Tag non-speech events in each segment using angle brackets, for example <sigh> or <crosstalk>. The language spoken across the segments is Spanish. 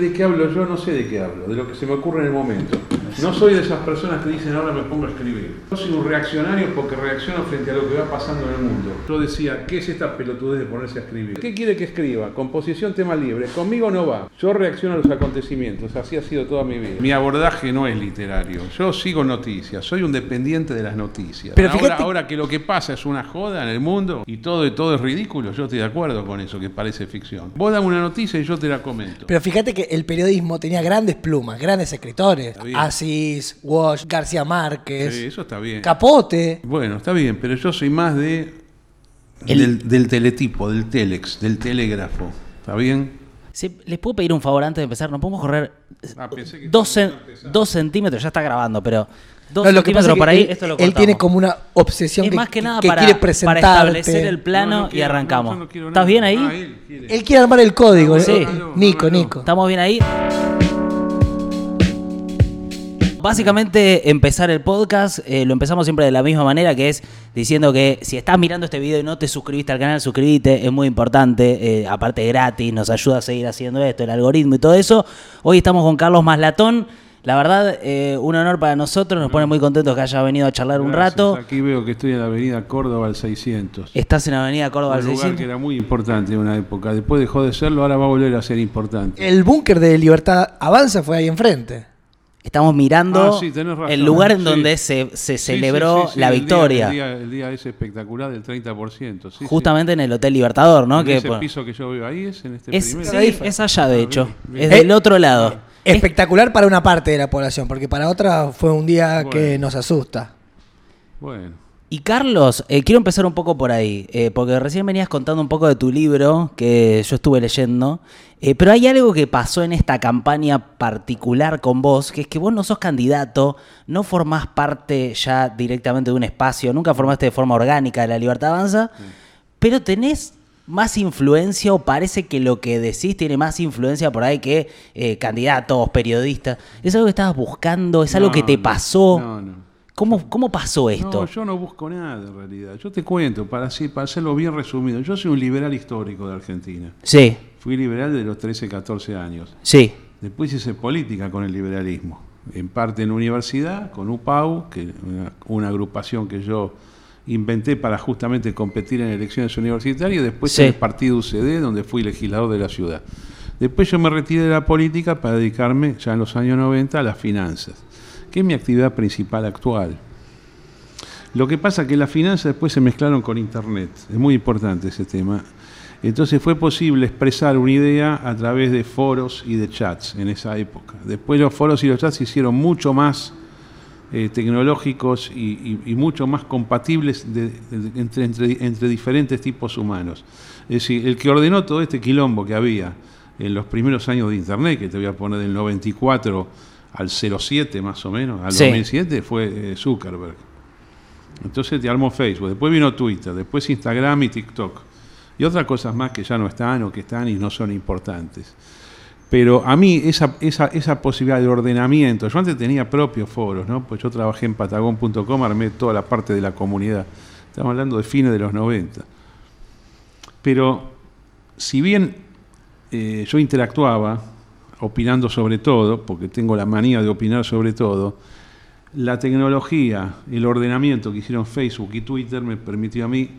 de qué hablo yo, no sé de qué hablo, de lo que se me ocurre en el momento. No soy de esas personas que dicen ahora me pongo a escribir. Yo soy un reaccionario porque reacciono frente a lo que va pasando en el mundo. Yo decía, ¿qué es esta pelotudez de ponerse a escribir? ¿Qué quiere que escriba? Composición tema libre. Conmigo no va. Yo reacciono a los acontecimientos. Así ha sido toda mi vida. Mi abordaje no es literario. Yo sigo noticias. Soy un dependiente de las noticias. Pero ahora, fíjate- ahora que lo que pasa es una joda en el mundo y todo, y todo es ridículo, yo estoy de acuerdo con eso, que parece ficción. Vos dame una noticia y yo te la comento. Pero fíjate que el periodismo tenía grandes plumas, grandes escritores. Está bien. Asís, Walsh, García Márquez, Sí, eso está bien. Capote. Bueno, está bien, pero yo soy más de El- del, del teletipo, del telex, del telégrafo. ¿Está bien? Sí, ¿Les puedo pedir un favor antes de empezar? No podemos correr Ah, pensé que- dos, cen- dos centímetros, ya está grabando, pero dos No, centímetros que por ahí, él, esto lo él tiene cortamos. como una obsesión Es que, más que nada que para, quiere para presentarte. establecer el plano No, no y quiero- arrancamos. no, yo no quiero ¿Estás nada. bien ahí? Ah, él quiere. Él quiere armar el código, Sí. eh, Armalo, Nico, armalo. Nico. ¿Estamos bien ahí? Básicamente empezar el podcast eh, lo empezamos siempre de la misma manera, que es diciendo que si estás mirando este video y no te suscribiste al canal, suscríbete, es muy importante, eh, aparte gratis, nos ayuda a seguir haciendo esto, el algoritmo y todo eso. Hoy estamos con Carlos Maslatón, la verdad, eh, un honor para nosotros, nos pone muy contentos que haya venido a charlar un Gracias, rato. Aquí veo que estoy en la avenida Córdoba al 600. Estás en Avenida Córdoba, un lugar 600. que era muy importante en una época. Después dejó de serlo, ahora va a volver a ser Eh, importante. El búnker de Libertad Avanza fue ahí enfrente. Estamos mirando Ah, sí, tenés razón. el lugar en Sí. donde se, se Sí, sí, celebró sí, sí, la el día- victoria. El día, el día ese espectacular del 30%. sí, sí. Justamente en el Hotel Libertador, ¿no? En Que, ese bueno, piso que yo veo ahí es en este es, primer. sí, Ahí fue. es allá, de hecho. Ah, bien. Es Eh, del otro lado. Espectacular para una parte de la población, porque para otra fue un día Bueno. que nos asusta. Bueno. Y Carlos, eh, quiero empezar un poco por ahí, eh, porque recién venías contando un poco de tu libro que yo estuve leyendo, eh, pero hay algo que pasó en esta campaña particular con vos, que es que vos no sos candidato, no formás parte ya directamente de un espacio, nunca formaste de forma orgánica de la Libertad Avanza, Mm. pero tenés más influencia o parece que lo que decís tiene más influencia por ahí que eh, candidatos, periodistas. ¿Es algo que estabas buscando? ¿Es algo No, que te no, pasó? No, no. ¿Cómo, ¿Cómo pasó esto? No, yo no busco nada en realidad. Yo te cuento, para, así, para hacerlo bien resumido, yo soy un liberal histórico de Argentina. Sí. Fui liberal de los 13, 14 años. Sí, Después hice política con el liberalismo, en parte en la universidad, con UPAU, que una, una agrupación que yo inventé para justamente competir en elecciones universitarias, y después Sí. en el partido UCD, donde fui legislador de la ciudad. Después yo me retiré de la política para dedicarme, ya en los años 90, a las finanzas, que es mi actividad principal actual. Lo que pasa es que las finanzas después se mezclaron con Internet. Es muy importante ese tema. Entonces fue posible expresar una idea a través de foros y de chats en esa época. Después los foros y los chats se hicieron mucho más eh, tecnológicos y, y- y mucho más compatibles de- de- entre, entre- entre diferentes tipos humanos. Es decir, el que ordenó todo este quilombo que había en los primeros años de Internet, que te voy a poner del 94 al 07 más o menos, al Sí. 2007, fue eh, Zuckerberg. Entonces te armó Facebook, después vino Twitter, después Instagram y TikTok. Y otras cosas más que ya no están o que están y no son importantes. Pero a mí esa, esa, esa posibilidad de ordenamiento, yo antes tenía propios foros, ¿no? Pues yo trabajé en patagon.com, armé toda la parte de la comunidad. Estamos hablando de fines de los 90. Pero si bien eh, yo interactuaba, opinando sobre todo, porque tengo la manía de opinar sobre todo, la tecnología, el ordenamiento que hicieron Facebook y Twitter me permitió a mí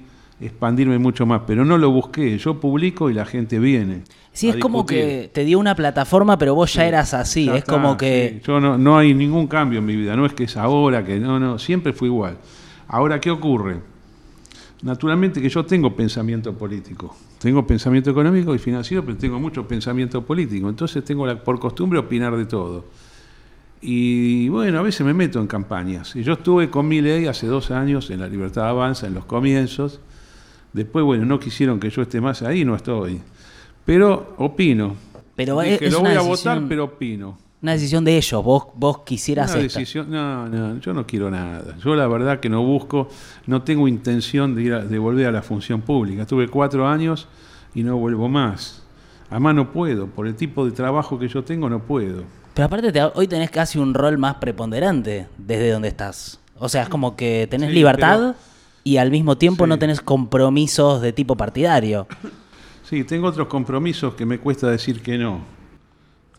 expandirme mucho más, pero no lo busqué, yo publico y la gente viene. sí, a es como discutir. que te dio una plataforma, pero vos ya eras así. Ya es está, como que. sí. Yo no, no hay ningún cambio en mi vida, no es que es ahora, que no, no, siempre fue igual. Ahora, ¿qué ocurre? Naturalmente que yo tengo pensamiento político, tengo pensamiento económico y financiero, pero tengo mucho pensamiento político, entonces tengo la, por costumbre opinar de todo. Y bueno, a veces me meto en campañas. Y yo estuve con Milei hace dos años en La Libertad Avanza, en los comienzos. Después, bueno, no quisieron que yo esté más ahí, no estoy. Pero opino. Pero es- Dije, es lo voy una a decisión- votar, pero opino. Una decisión de ellos. Vos, vos quisieras Una esta. decisión, no, no, yo no quiero nada. Yo la verdad que no busco, no tengo intención de, ir a- de volver a la función pública. Estuve cuatro años y no vuelvo más. Además no puedo, por el tipo de trabajo que yo tengo no puedo. Pero aparte, te- hoy tenés casi un rol más preponderante desde donde estás. O sea, es como que tenés Sí, libertad pero- y al mismo tiempo Sí. no tenés compromisos de tipo partidario. Sí, tengo otros compromisos que me cuesta decir que no.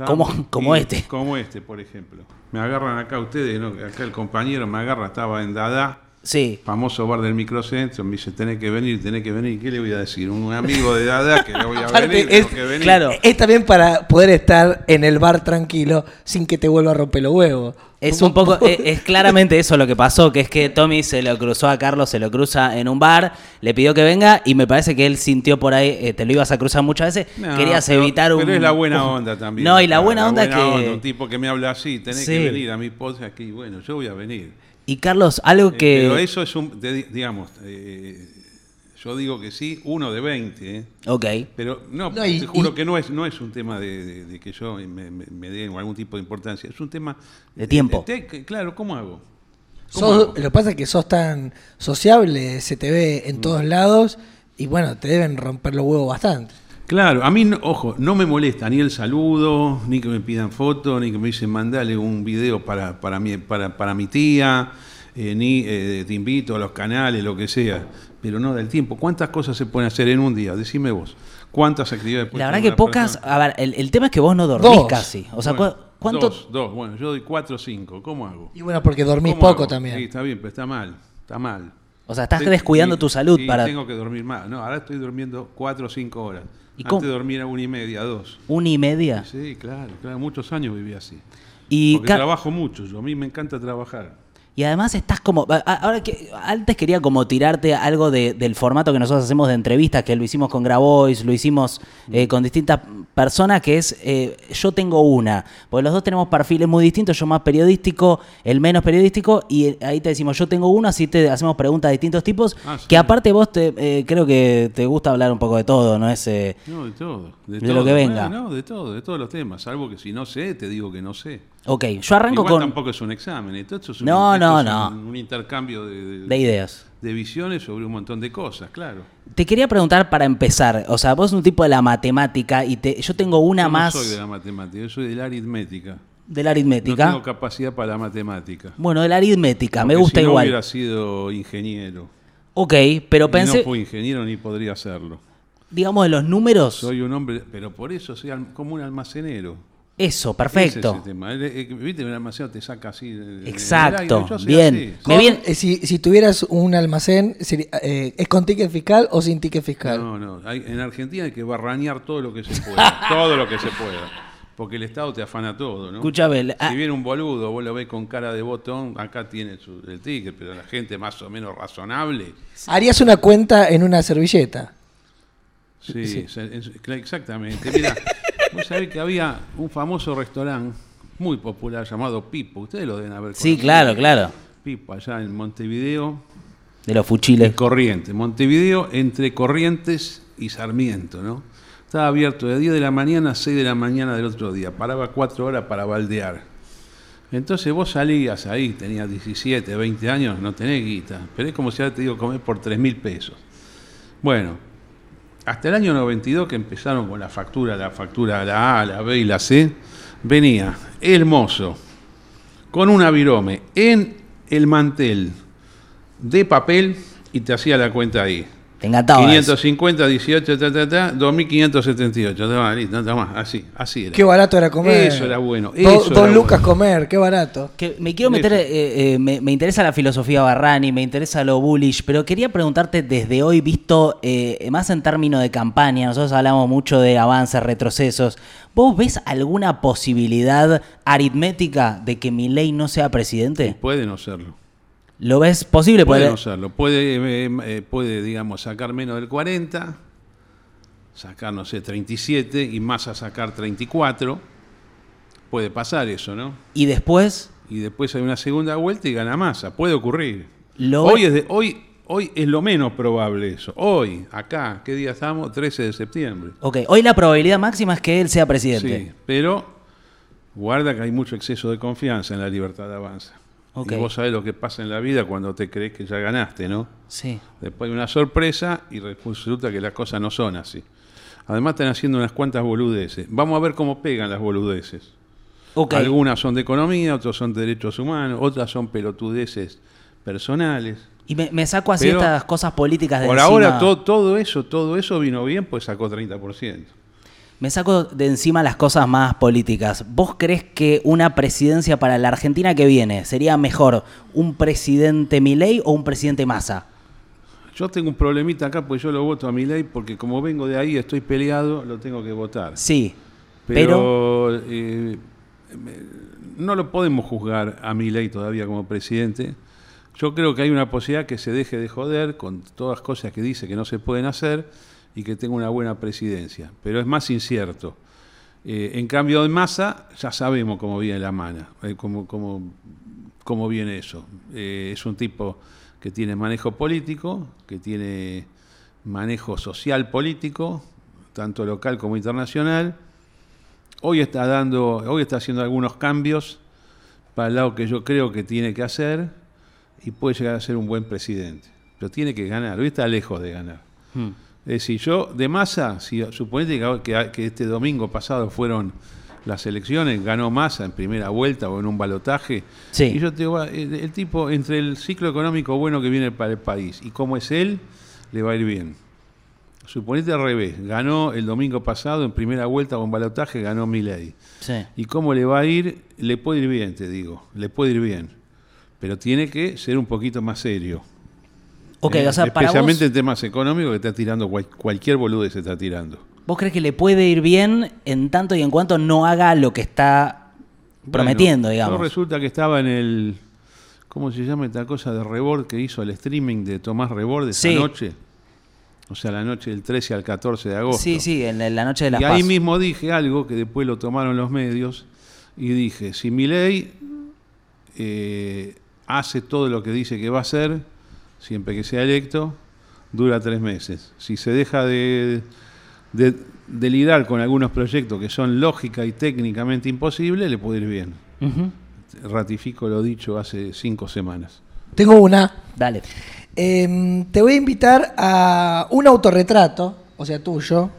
Como- como Y- este. Como este, por ejemplo. Me agarran acá ustedes, ¿no? acá el compañero me agarra, estaba en Dada, Sí. famoso bar del microcentro, me dice, tenés que venir, tenés que venir. ¿Qué le voy a decir? Un amigo de Dada que le <laughs> voy a Aparte, venir, es- tengo que venir. claro. Es también para poder estar en el bar tranquilo sin que te vuelva a romper los huevos. Es un poco, es, es claramente eso lo que pasó, que es que Tommy se lo cruzó a Carlos, se lo cruza en un bar, le pidió que venga y me parece que él sintió por ahí, eh, te lo ibas a cruzar muchas veces, No, querías pero- evitar un... Pero es la buena un- <laughs> onda también. No, y la Claro, buena onda es que... un tipo que me habla así, tenés Sí. que venir a mi podcast aquí, bueno, yo voy a venir. Y Carlos, algo Eh, que... Pero eso es un, de- digamos, eh, yo digo que sí, uno de 20, ¿eh? Ok, Pero no, No, y- te juro y- que no es, no es un tema de, de- de que yo me, me- me dé algún tipo de importancia. Es un tema. De tiempo. tec- claro, ¿cómo hago? ¿Cómo Sos- hago? lo que pasa es que sos tan sociable, se te ve en todos lados y bueno, te deben romper los huevos bastante. Claro, a mí, no- ojo, no me molesta ni el saludo, ni que me pidan foto, ni que me dicen mandale un video para, para, mi, para, para mi tía, eh, ni eh, te invito a los canales, lo que sea. Pero no del tiempo. ¿Cuántas cosas se pueden hacer en un día? Decime vos. ¿Cuántas actividades puede la verdad tener que una pocas... persona? A ver, el, el tema es que vos no dormís Dos. casi. O sea, Bueno, ¿cu- ¿cuánto... Dos, dos, bueno, yo doy cuatro o cinco. ¿Cómo hago? Y bueno, porque dormís ¿Cómo poco hago? también. Sí, está bien, pero está mal. Está mal. O sea, estás Te- descuidando y- tu salud y para Tengo que dormir más. No, ahora estoy durmiendo cuatro o cinco horas. ¿Y Antes cómo? dormía una y media, dos. una y media. Sí, claro, claro. Muchos años viví así. Y Porque Ca- trabajo mucho. Yo, a mí me encanta trabajar. Y además estás como. a- Ahora que. Antes quería como tirarte algo de- del formato que nosotros hacemos de entrevistas, que lo hicimos con Grabois, lo hicimos eh, con distintas personas, que es eh, yo tengo una. Porque los dos tenemos perfiles muy distintos, yo más periodístico, el menos periodístico, y eh, ahí te decimos yo tengo una, así te hacemos preguntas de distintos tipos. Ah, sí. Que aparte vos te, eh, creo que te gusta hablar un poco de todo, ¿no? Es, eh, No, de todo. De, De todo. lo que venga. Bueno, no, de todo, de todos los temas. Salvo que si no sé, te digo que no sé. ok, yo arranco Igual con. tampoco es un examen. Esto, esto es un, No, esto no, es no. un, un intercambio de, de- De ideas. de visiones sobre un montón de cosas, claro. Te quería preguntar para empezar, o sea, vos sos un tipo de la matemática y te, yo tengo una Yo no más soy de la matemática, yo soy de la aritmética. de la No aritmética. tengo capacidad para la matemática. Bueno, de la aritmética, me Porque gusta si no igual. hubiera sido ingeniero. Ok, pero Y no pensé, fui ingeniero ni podría serlo. digamos, de los números. Soy un hombre, pero por eso soy al- como un almacenero. Ese Eso, es perfecto. el tema. El- el- eh, viste, un almacenero te saca así. de- de- del Exacto, aire. Yo soy bien. así. Me Con- viene- eh, si, si tuvieras un almacén, sería- eh, ¿es con ticket fiscal o sin ticket fiscal? No, no. hay- en Argentina hay que barrañar todo lo que se <laughs> pueda. todo lo que se pueda. Porque el Estado te afana todo, ¿no? Escuchame, la- ah, Si viene un boludo, vos lo ves con cara de botón, acá tiene su- el ticket, pero la gente más o menos razonable. ¿Harías una cuenta en una servilleta? Sí, se- es- cla- exactamente. Mira, vos sabés que había un famoso restaurante muy popular llamado Pipo. Ustedes lo deben haber sí, conocido. claro, claro. Pipo, allá en Montevideo. De los fuchiles. Corrientes. Montevideo entre Corrientes y Sarmiento, ¿no? Estaba abierto de 10 de la mañana a 6 de la mañana del otro día. Paraba 4 horas para baldear. Entonces vos salías ahí, tenías 17, 20 años, no tenés guita. Pero es como si ahora te digo comer por 3 mil pesos. Bueno, hasta el año 92 que empezaron con la factura, la factura la A, la B y la C, venía el mozo con un avirome en el mantel de papel y te hacía la cuenta ahí. Te encantaba. eso. 550, 18, ta, ta, ta, 2578. Toma, listo, toma, así, así era. Qué barato era comer. Eso era bueno, Do- eso dos era lucas bueno. comer, qué barato. Que me quiero meter, eh, eh, me, me interesa la filosofía Barrani, me interesa lo bullish, pero quería preguntarte desde hoy, visto eh, más en términos de campaña, nosotros hablamos mucho de avances, retrocesos, ¿vos ves alguna posibilidad aritmética de que mi ley no sea presidente? Puede no serlo. ¿Lo ves posible? Puede Porque- no serlo. Puede, eh, eh, puede, digamos, sacar menos del 40, sacar, no sé, 37 y más a sacar 34. Puede pasar eso, ¿no? Y después, y después hay una segunda vuelta y gana masa. Puede ocurrir. Lo- hoy, es de- hoy, hoy es lo menos probable eso. Hoy, acá, ¿qué día estamos? 13 de septiembre. ok, hoy la probabilidad máxima es que él sea Sí, presidente. pero guarda que hay mucho exceso de confianza en la libertad de avanza. Ok. Y vos sabés lo que pasa en la vida cuando te crees que ya ganaste, ¿no? Sí. Después hay una sorpresa y resulta que las cosas no son así. Además están haciendo unas cuantas boludeces. Vamos a ver cómo pegan las boludeces. Ok. Algunas son de economía, otras son de derechos humanos, otras son pelotudeces personales. Y me, me saco así Pero- estas cosas políticas de Por encima. ahora todo, todo eso, todo eso vino bien, pues sacó 30%. Me saco de encima las cosas más políticas. ¿Vos crees que una presidencia para la Argentina que viene sería mejor un presidente Milei o un presidente Massa? Yo tengo un problemita acá, pues yo lo voto a mi ley, porque como vengo de ahí, estoy peleado, lo tengo que votar. Sí, pero, Pero, eh, me- no lo podemos juzgar a Milei todavía como presidente. Yo creo que hay una posibilidad que se deje de joder con todas las cosas que dice que no se pueden hacer y que tenga una buena presidencia. Pero es más incierto. Eh, en cambio de masa, ya sabemos cómo viene la mana, eh, cómo, cómo- cómo viene eso. Eh, es un tipo que tiene manejo político, que tiene manejo social político, tanto local como internacional. Hoy está dando, hoy está haciendo algunos cambios para el lado que yo creo que tiene que hacer y puede llegar a ser un buen presidente. Pero tiene que ganar, hoy está lejos de ganar. Hmm. Es decir, yo de masa, si suponete que, que- que este domingo pasado fueron las elecciones, ganó masa en primera vuelta o en un balotaje. Sí. Y yo te digo, ah, el, el tipo, entre el ciclo económico bueno que viene para el país y cómo es él, le va a ir bien. Suponete al revés, ganó el domingo pasado en primera vuelta o en balotaje, ganó Milei. sí. ¿Y cómo le va a ir? Le puede ir bien, te digo, le puede ir bien. Pero tiene que ser un poquito más serio. Ok, Eh, o sea, para especialmente vos, en temas económicos que está tirando cual- cualquier boludo se está tirando. vos crees que le puede ir bien en tanto y en cuanto no haga lo que está prometiendo, Bueno, digamos. yo resulta que estaba en el ¿cómo se llama esta cosa de Rebord que hizo el streaming de Tomás Rebord esa Sí. noche? O sea, la noche del 13 al 14 de agosto. Sí, sí, en la- en la noche de las Y ahí PASO. mismo dije algo que después lo tomaron los medios y dije, si Milei eh, hace todo lo que dice que va a hacer, siempre que sea electo, dura tres meses. Si se deja de, de, de lidiar con algunos proyectos que son lógica y técnicamente imposibles, le puede ir bien. Ujú. Ratifico lo dicho hace cinco semanas. Tengo una. Dale. Em, te voy a invitar a un autorretrato, o sea, tuyo.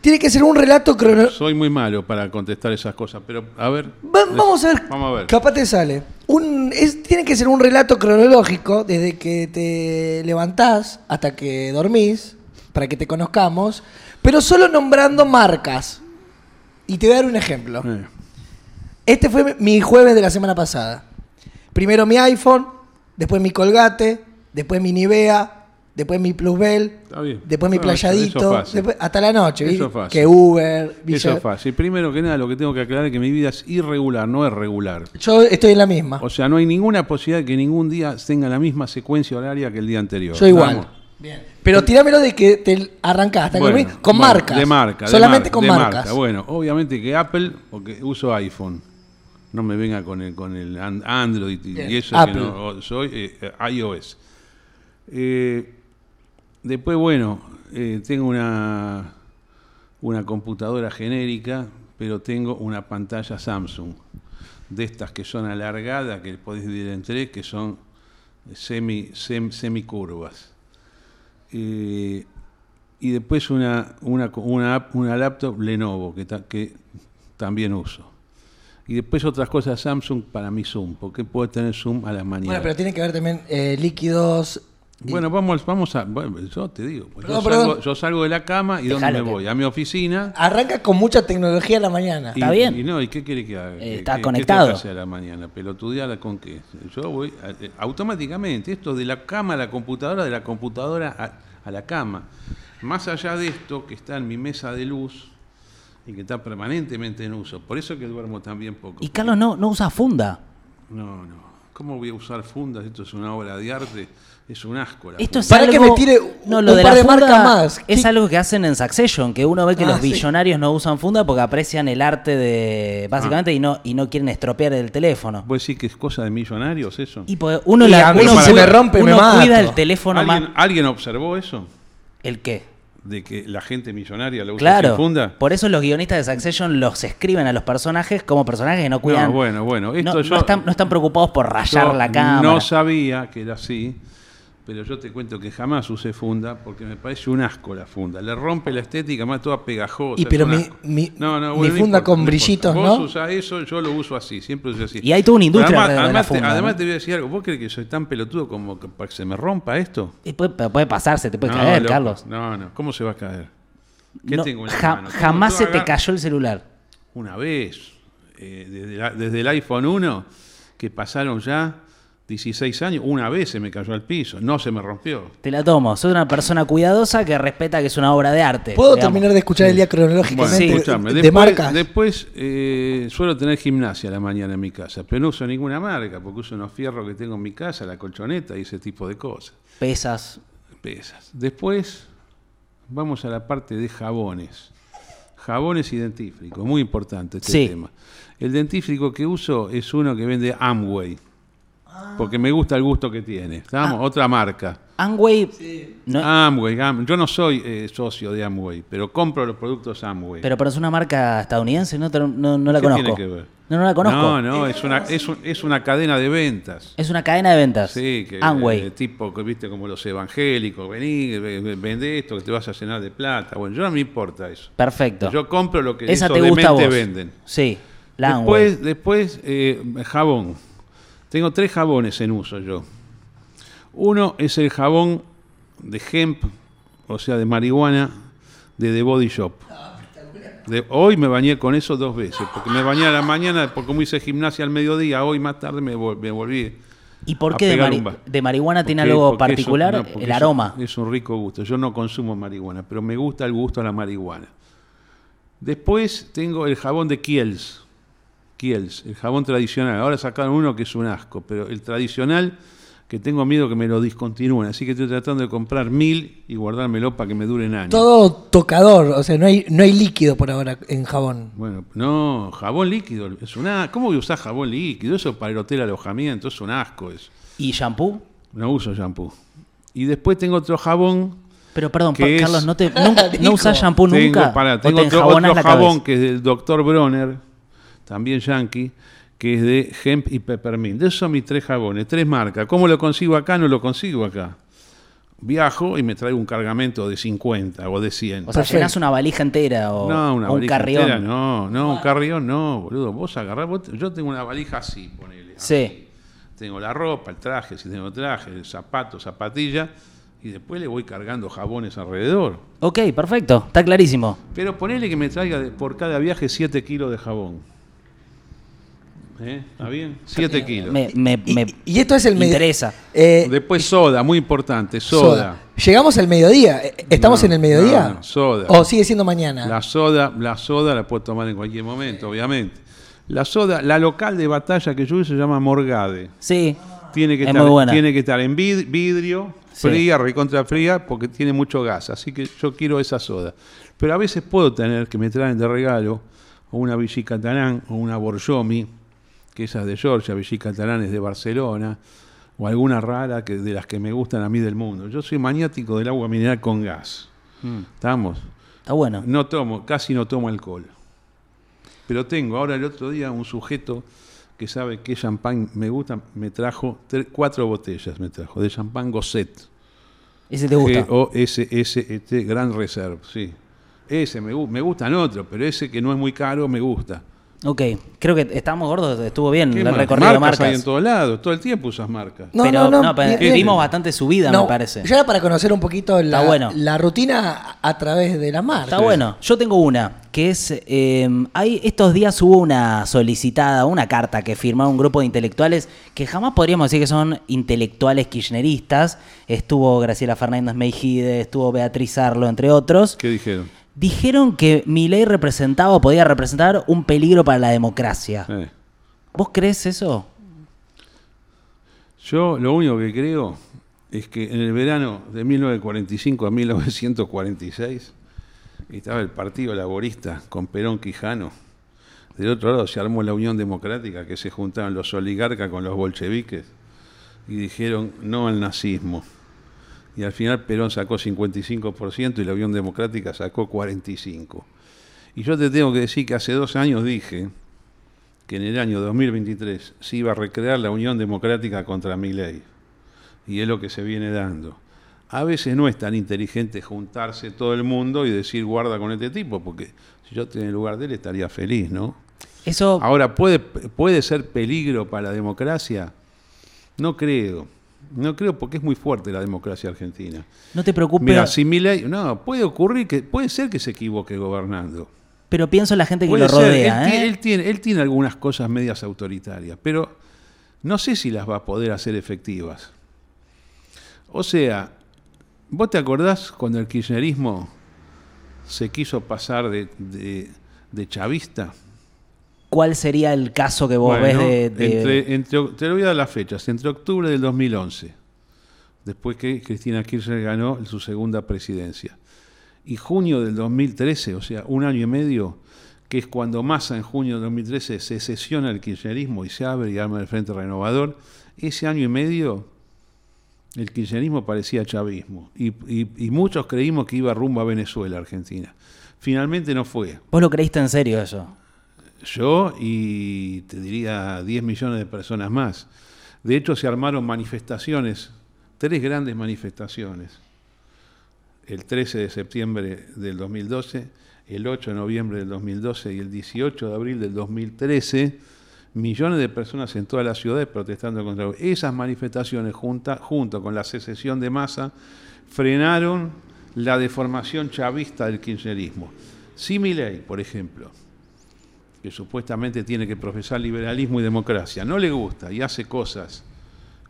Tiene que ser un relato cronológico. Soy muy malo para contestar esas cosas, pero a ver. Va- vamos a ver. Vamos a ver. Capaz te sale. Un, es- tiene que ser un relato cronológico desde que te levantás hasta que dormís, para que te conozcamos, pero solo nombrando marcas. Y te voy a dar un ejemplo. Eh. Este fue mi jueves de la semana pasada. Primero mi iPhone, después mi Colgate, después mi Nivea, después mi Plusbel, Está bien. después mi Bueno, eso- eso es Playadito, fácil. después- hasta la noche, ¿vi? Eso es fácil. que Uber, Eso Villa- es fácil. Primero que nada, lo que tengo que aclarar es que mi vida es irregular, no es regular. Yo estoy en la misma. O sea, no hay ninguna posibilidad de que ningún día tenga la misma secuencia horaria que el día anterior. Yo igual. Vamos. Pero tirámelo de que te arrancaste Bueno, con bueno, marcas. De marca. de Solamente mar- con de marcas. marca. Bueno, obviamente que Apple, porque uso iPhone. No me venga con el, con el an- Android y, Bien. y eso Apple. que no o- soy, eh, eh, iOS. Eh, después, bueno, eh, tengo una, una computadora genérica, pero tengo una pantalla Samsung. De estas que son alargadas, que podés dividir en tres, que son eh, semi, sem- semicurvas. Eh, y después una, una, co- una, app- una laptop Lenovo, que, ta- que también uso. Y después otras cosas Samsung para mi Zoom, porque puedo tener Zoom a las Bueno, mañanas. pero Bueno, tiene que ver también eh, líquidos. y- vamos, vamos a... bueno, yo te digo, pues, Perdón, yo, salgo, perdón. yo salgo de la cama y ¿dónde Dejalo me que- voy? A mi oficina. Arranca con mucha tecnología a la mañana. y- Está bien. Eh, Y no, ¿y qué quiere que haga? ¿Qué- está qué- qué conectado. tengo que hacer a la mañana? ¿Pelotudear con qué? Yo voy a- eh, automáticamente, esto de la cama a la computadora, de la computadora a, a la cama. Más allá de esto, que está en mi mesa de luz y que está permanentemente en uso. Por eso que duermo también poco. Y Carlos no, no usa funda. No, no. ¿Cómo voy a usar fundas? Esto es una obra de arte. Es un asco. la funda. Esto es Para algo, que me tire no, un lo de par la de marcas funda más. Es ¿Qué? algo que hacen en Succession, que uno ve que Ah, los sí. billonarios no usan funda porque aprecian el arte de. básicamente y no, y no quieren estropear el teléfono. ¿Vos decís que es cosa de millonarios eso? Y porque uno, Y la, a mí uno si se cuida- me rompe, me uno mato. cuida el teléfono más. ¿Alguien, ¿Alguien observó eso? ¿El qué? De que la gente millonaria lo usa Claro. sin funda. Por eso los guionistas de Succession los escriben a los personajes como personajes que no cuidan. No, bueno, bueno. Esto no, yo, no están, no están preocupados por rayar yo la cámara. No sabía que era así, pero yo te cuento que jamás usé funda porque me parece un asco la funda. Le rompe la estética, más toda pegajosa. Y es pero un mi- asco. mi- mi funda con importa. brillitos, ¿no? Vos usás eso, yo lo uso así, siempre uso así. Y hay toda una Pero industria Además, alrededor de la además te- funda, además ¿no? te voy a decir algo. ¿Vos crees que soy tan pelotudo como que, para que se me rompa esto? Y puede, pero puede pasarse, te puede No, caer, loco. Carlos. No, no. ¿Cómo se va a caer? ¿Qué no- tengo en la ja- mano? Tengo jamás todo se te acá. cayó el celular. Una vez, eh, desde, la- desde el iPhone 1, que pasaron ya 16 años, una vez se me cayó al piso, no se me rompió. Te la tomo. Soy una persona cuidadosa que respeta que es una obra de eh, arte. ¿Puedo digamos. terminar de escuchar el día Bueno, cronológicamente Sí. escúchame. de, Después, de marcas? después, eh, suelo tener gimnasia a la mañana en mi casa, pero no uso ninguna marca, porque uso unos fierros que tengo en mi casa, la colchoneta y ese tipo de cosas. Pesas. Pesas. Después vamos a la parte de jabones. Jabones y dentífricos, muy importante este Sí. tema. El dentífrico que uso es uno que vende Amway, porque me gusta el gusto que tiene. ¿Estamos? Otra marca. Angway. no- Ah. Amway, Am- yo no soy eh, socio de Amway, pero compro los productos Amway. Pero para ser una marca estadounidense no, te- no- no la ¿Qué conozco. tiene que ver? No, no la conozco. No, no, es una, es, un- es una cadena de ventas. Es una cadena de ventas. Sí, que Amway. eh, tipo que viste como los evangélicos, vení, ve- ve- vende esto que te vas a llenar de plata. Bueno, yo no me importa eso. Perfecto. Yo compro lo que Esa esos te gusta a dementes vos. venden. Sí, la Amway. después, después eh, jabón. Tengo tres jabones en uso yo. Uno es el jabón de hemp, o sea, de marihuana, de The Body Shop. De- hoy me bañé con eso dos veces, porque me bañé a la mañana, porque como hice gimnasia al mediodía, hoy más tarde me, vol- me volví. ¿Y por a qué de, pegar mari- un ba- de marihuana tiene Porque- algo porque es un- particular? no, porque el es un- aroma. Es, un rico gusto. Yo no consumo marihuana, pero me gusta el gusto a la marihuana. Después tengo el jabón de Kiels. Kiels, el jabón tradicional. Ahora sacaron uno que es un asco, pero el tradicional que tengo miedo que me lo discontinúen. Así que estoy tratando de comprar mil y guardármelo para que me duren años. Todo tocador, o sea, no hay, no hay líquido por ahora en jabón. Bueno, no, jabón líquido. Es una, ¿Cómo voy a usar jabón líquido? Eso es para el hotel alojamiento, es un asco eso. ¿Y shampoo? No uso shampoo. Y después tengo otro jabón Pero perdón, ¿Qué pa- es? Carlos, ¿no, <laughs> te, nunca- no Dijo. usás shampoo Tengo, nunca? pará, ¿O tengo te otro, enjabonas otro la jabón cabeza? que es del Dr. Bronner, también yankee, que es de hemp y peppermint. Esos son mis tres jabones, tres marcas. ¿Cómo lo consigo acá? No lo consigo acá. Viajo y me traigo un cargamento de 50 o de 100. O sea, Perfecto. llenás una valija entera o, no, una o un valija carrión. entera, no, no, un carrión no, boludo. Vos agarrás, vos te- yo tengo una valija así, ponele. Sí. Tengo la ropa, el traje, si tengo traje, el zapato, zapatilla, y después le voy cargando jabones alrededor. Ok, perfecto. Está clarísimo. Pero ponele que me traiga de- por cada viaje 7 kilos de jabón. ¿Eh? ¿Está bien? 7 kilos. Me, me- Y, me- y esto es el me medio- interesa. Eh, Después soda, muy importante, soda. soda. Llegamos al mediodía. Eh, ¿Estamos No, en el mediodía? no, no, soda. ¿O sigue siendo mañana? La soda, la soda la puedo tomar en cualquier momento, obviamente. La soda, la local de batalla que yo uso se llama Morgade. Sí. Tiene que, Es estar, muy buena. tiene que estar en vid- vidrio, Sí. fría, recontra fría, porque tiene mucho gas. Así que yo quiero esa soda. Pero a veces puedo tener que me traen de regalo o una Vichy Catalán o una Borjomi, que esa es de Georgia, Vichy Catalán es de Barcelona, o alguna rara que, de las que me gustan a mí del mundo. Yo soy maniático del agua mineral con gas. ¿Estamos? Está bueno. No tomo, casi no tomo alcohol. Pero tengo ahora el otro día un sujeto que sabe qué champán me gusta, me trajo tre- cuatro botellas, me trajo, de champán Gosset. Ese te gusta. G-O-S-S-E-T, E Gran Reserve, sí. Ese me, gu- me gustan otros, pero ese que no es muy caro me gusta. Ok. Creo que estamos gordos. Estuvo bien ¿Qué Mm, el más? recorrido de marcas marcas. hay en todos lados, todo el tiempo usas marcas. No, pero no, no, pero bien. vimos bastante subida, No, me parece. Ya era para conocer un poquito la, Está bueno. la rutina a a través de la marca. Está bueno. Yo tengo una, que es, eh, hay, estos días hubo una solicitada, una carta que firmaba un grupo de intelectuales que jamás podríamos decir que son intelectuales kirchneristas. Estuvo Graciela Fernández Meijide, estuvo Beatriz Arlo, entre otros. ¿Qué dijeron? Dijeron que mi ley representaba o podía representar un peligro para la democracia. Eh. ¿Vos crees eso? Yo lo único que creo es que en el verano de 1945 a 1946 estaba el Partido Laborista con Perón Quijano. Del otro lado se armó la Unión Democrática, que se juntaron los oligarcas con los bolcheviques y dijeron no al nazismo. Y al final Perón sacó 55% y la Unión Democrática sacó 45%. Y yo te tengo que decir que hace dos años dije que en el año 2023 se iba a recrear la Unión Democrática contra Milei. Y es lo que se viene dando. A veces no es tan inteligente juntarse todo el mundo y decir guarda con este tipo, porque si yo estoy en el lugar de él estaría feliz, ¿no? Eso Oh. Ah, Ahora, ¿puede, puede ser peligro para la democracia? No creo. No creo porque es muy fuerte la democracia argentina. No te preocupes, Mira, si Milei, no, puede ocurrir que puede ser que se equivoque gobernando. pero pienso en la gente que Puede lo ser, él, rodea. tiene, ¿eh? él tiene- él tiene algunas cosas medias autoritarias, pero no sé si las va a poder hacer efectivas. O sea, ¿vos te acordás cuando el kirchnerismo se quiso pasar de, de- de chavista? ¿Cuál sería el caso que vos Bueno, ves de, de- entre- entre- te voy a dar las fechas. Entre octubre del 2011, después que Cristina Kirchner ganó su segunda presidencia, y junio del 2013, o sea, un año y medio, que es cuando Massa en junio del 2013 se sesiona el kirchnerismo y se abre y arma el Frente Renovador, ese año y medio el kirchnerismo parecía chavismo y, y- y muchos creímos que iba rumbo a Venezuela, Argentina. Finalmente no fue. Vos lo creíste en serio eso. Yo y te diría 10 millones de personas más. De hecho, se armaron manifestaciones, tres grandes manifestaciones. El 13 de septiembre del 2012, el 8 de noviembre del 2012 y el 18 de abril del 2013, millones de personas en todas las ciudades protestando contra... Esas manifestaciones, junta- junto con la secesión de masa, frenaron la deformación chavista del kirchnerismo. Similei, por ejemplo, que supuestamente tiene que profesar liberalismo y democracia, no le gusta y hace cosas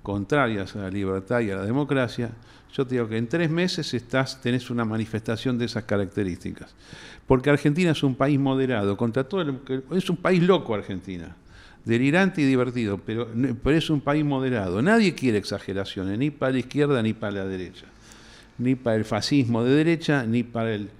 contrarias a la libertad y a la democracia, yo te digo que en tres meses estás, tenés una manifestación de esas características. Porque Argentina es un país moderado, contra todo lo que- es un país loco Argentina, delirante y divertido, pero, pero es un país moderado. Nadie quiere exageraciones, ni para la izquierda ni para la derecha, ni para el fascismo de derecha, ni para el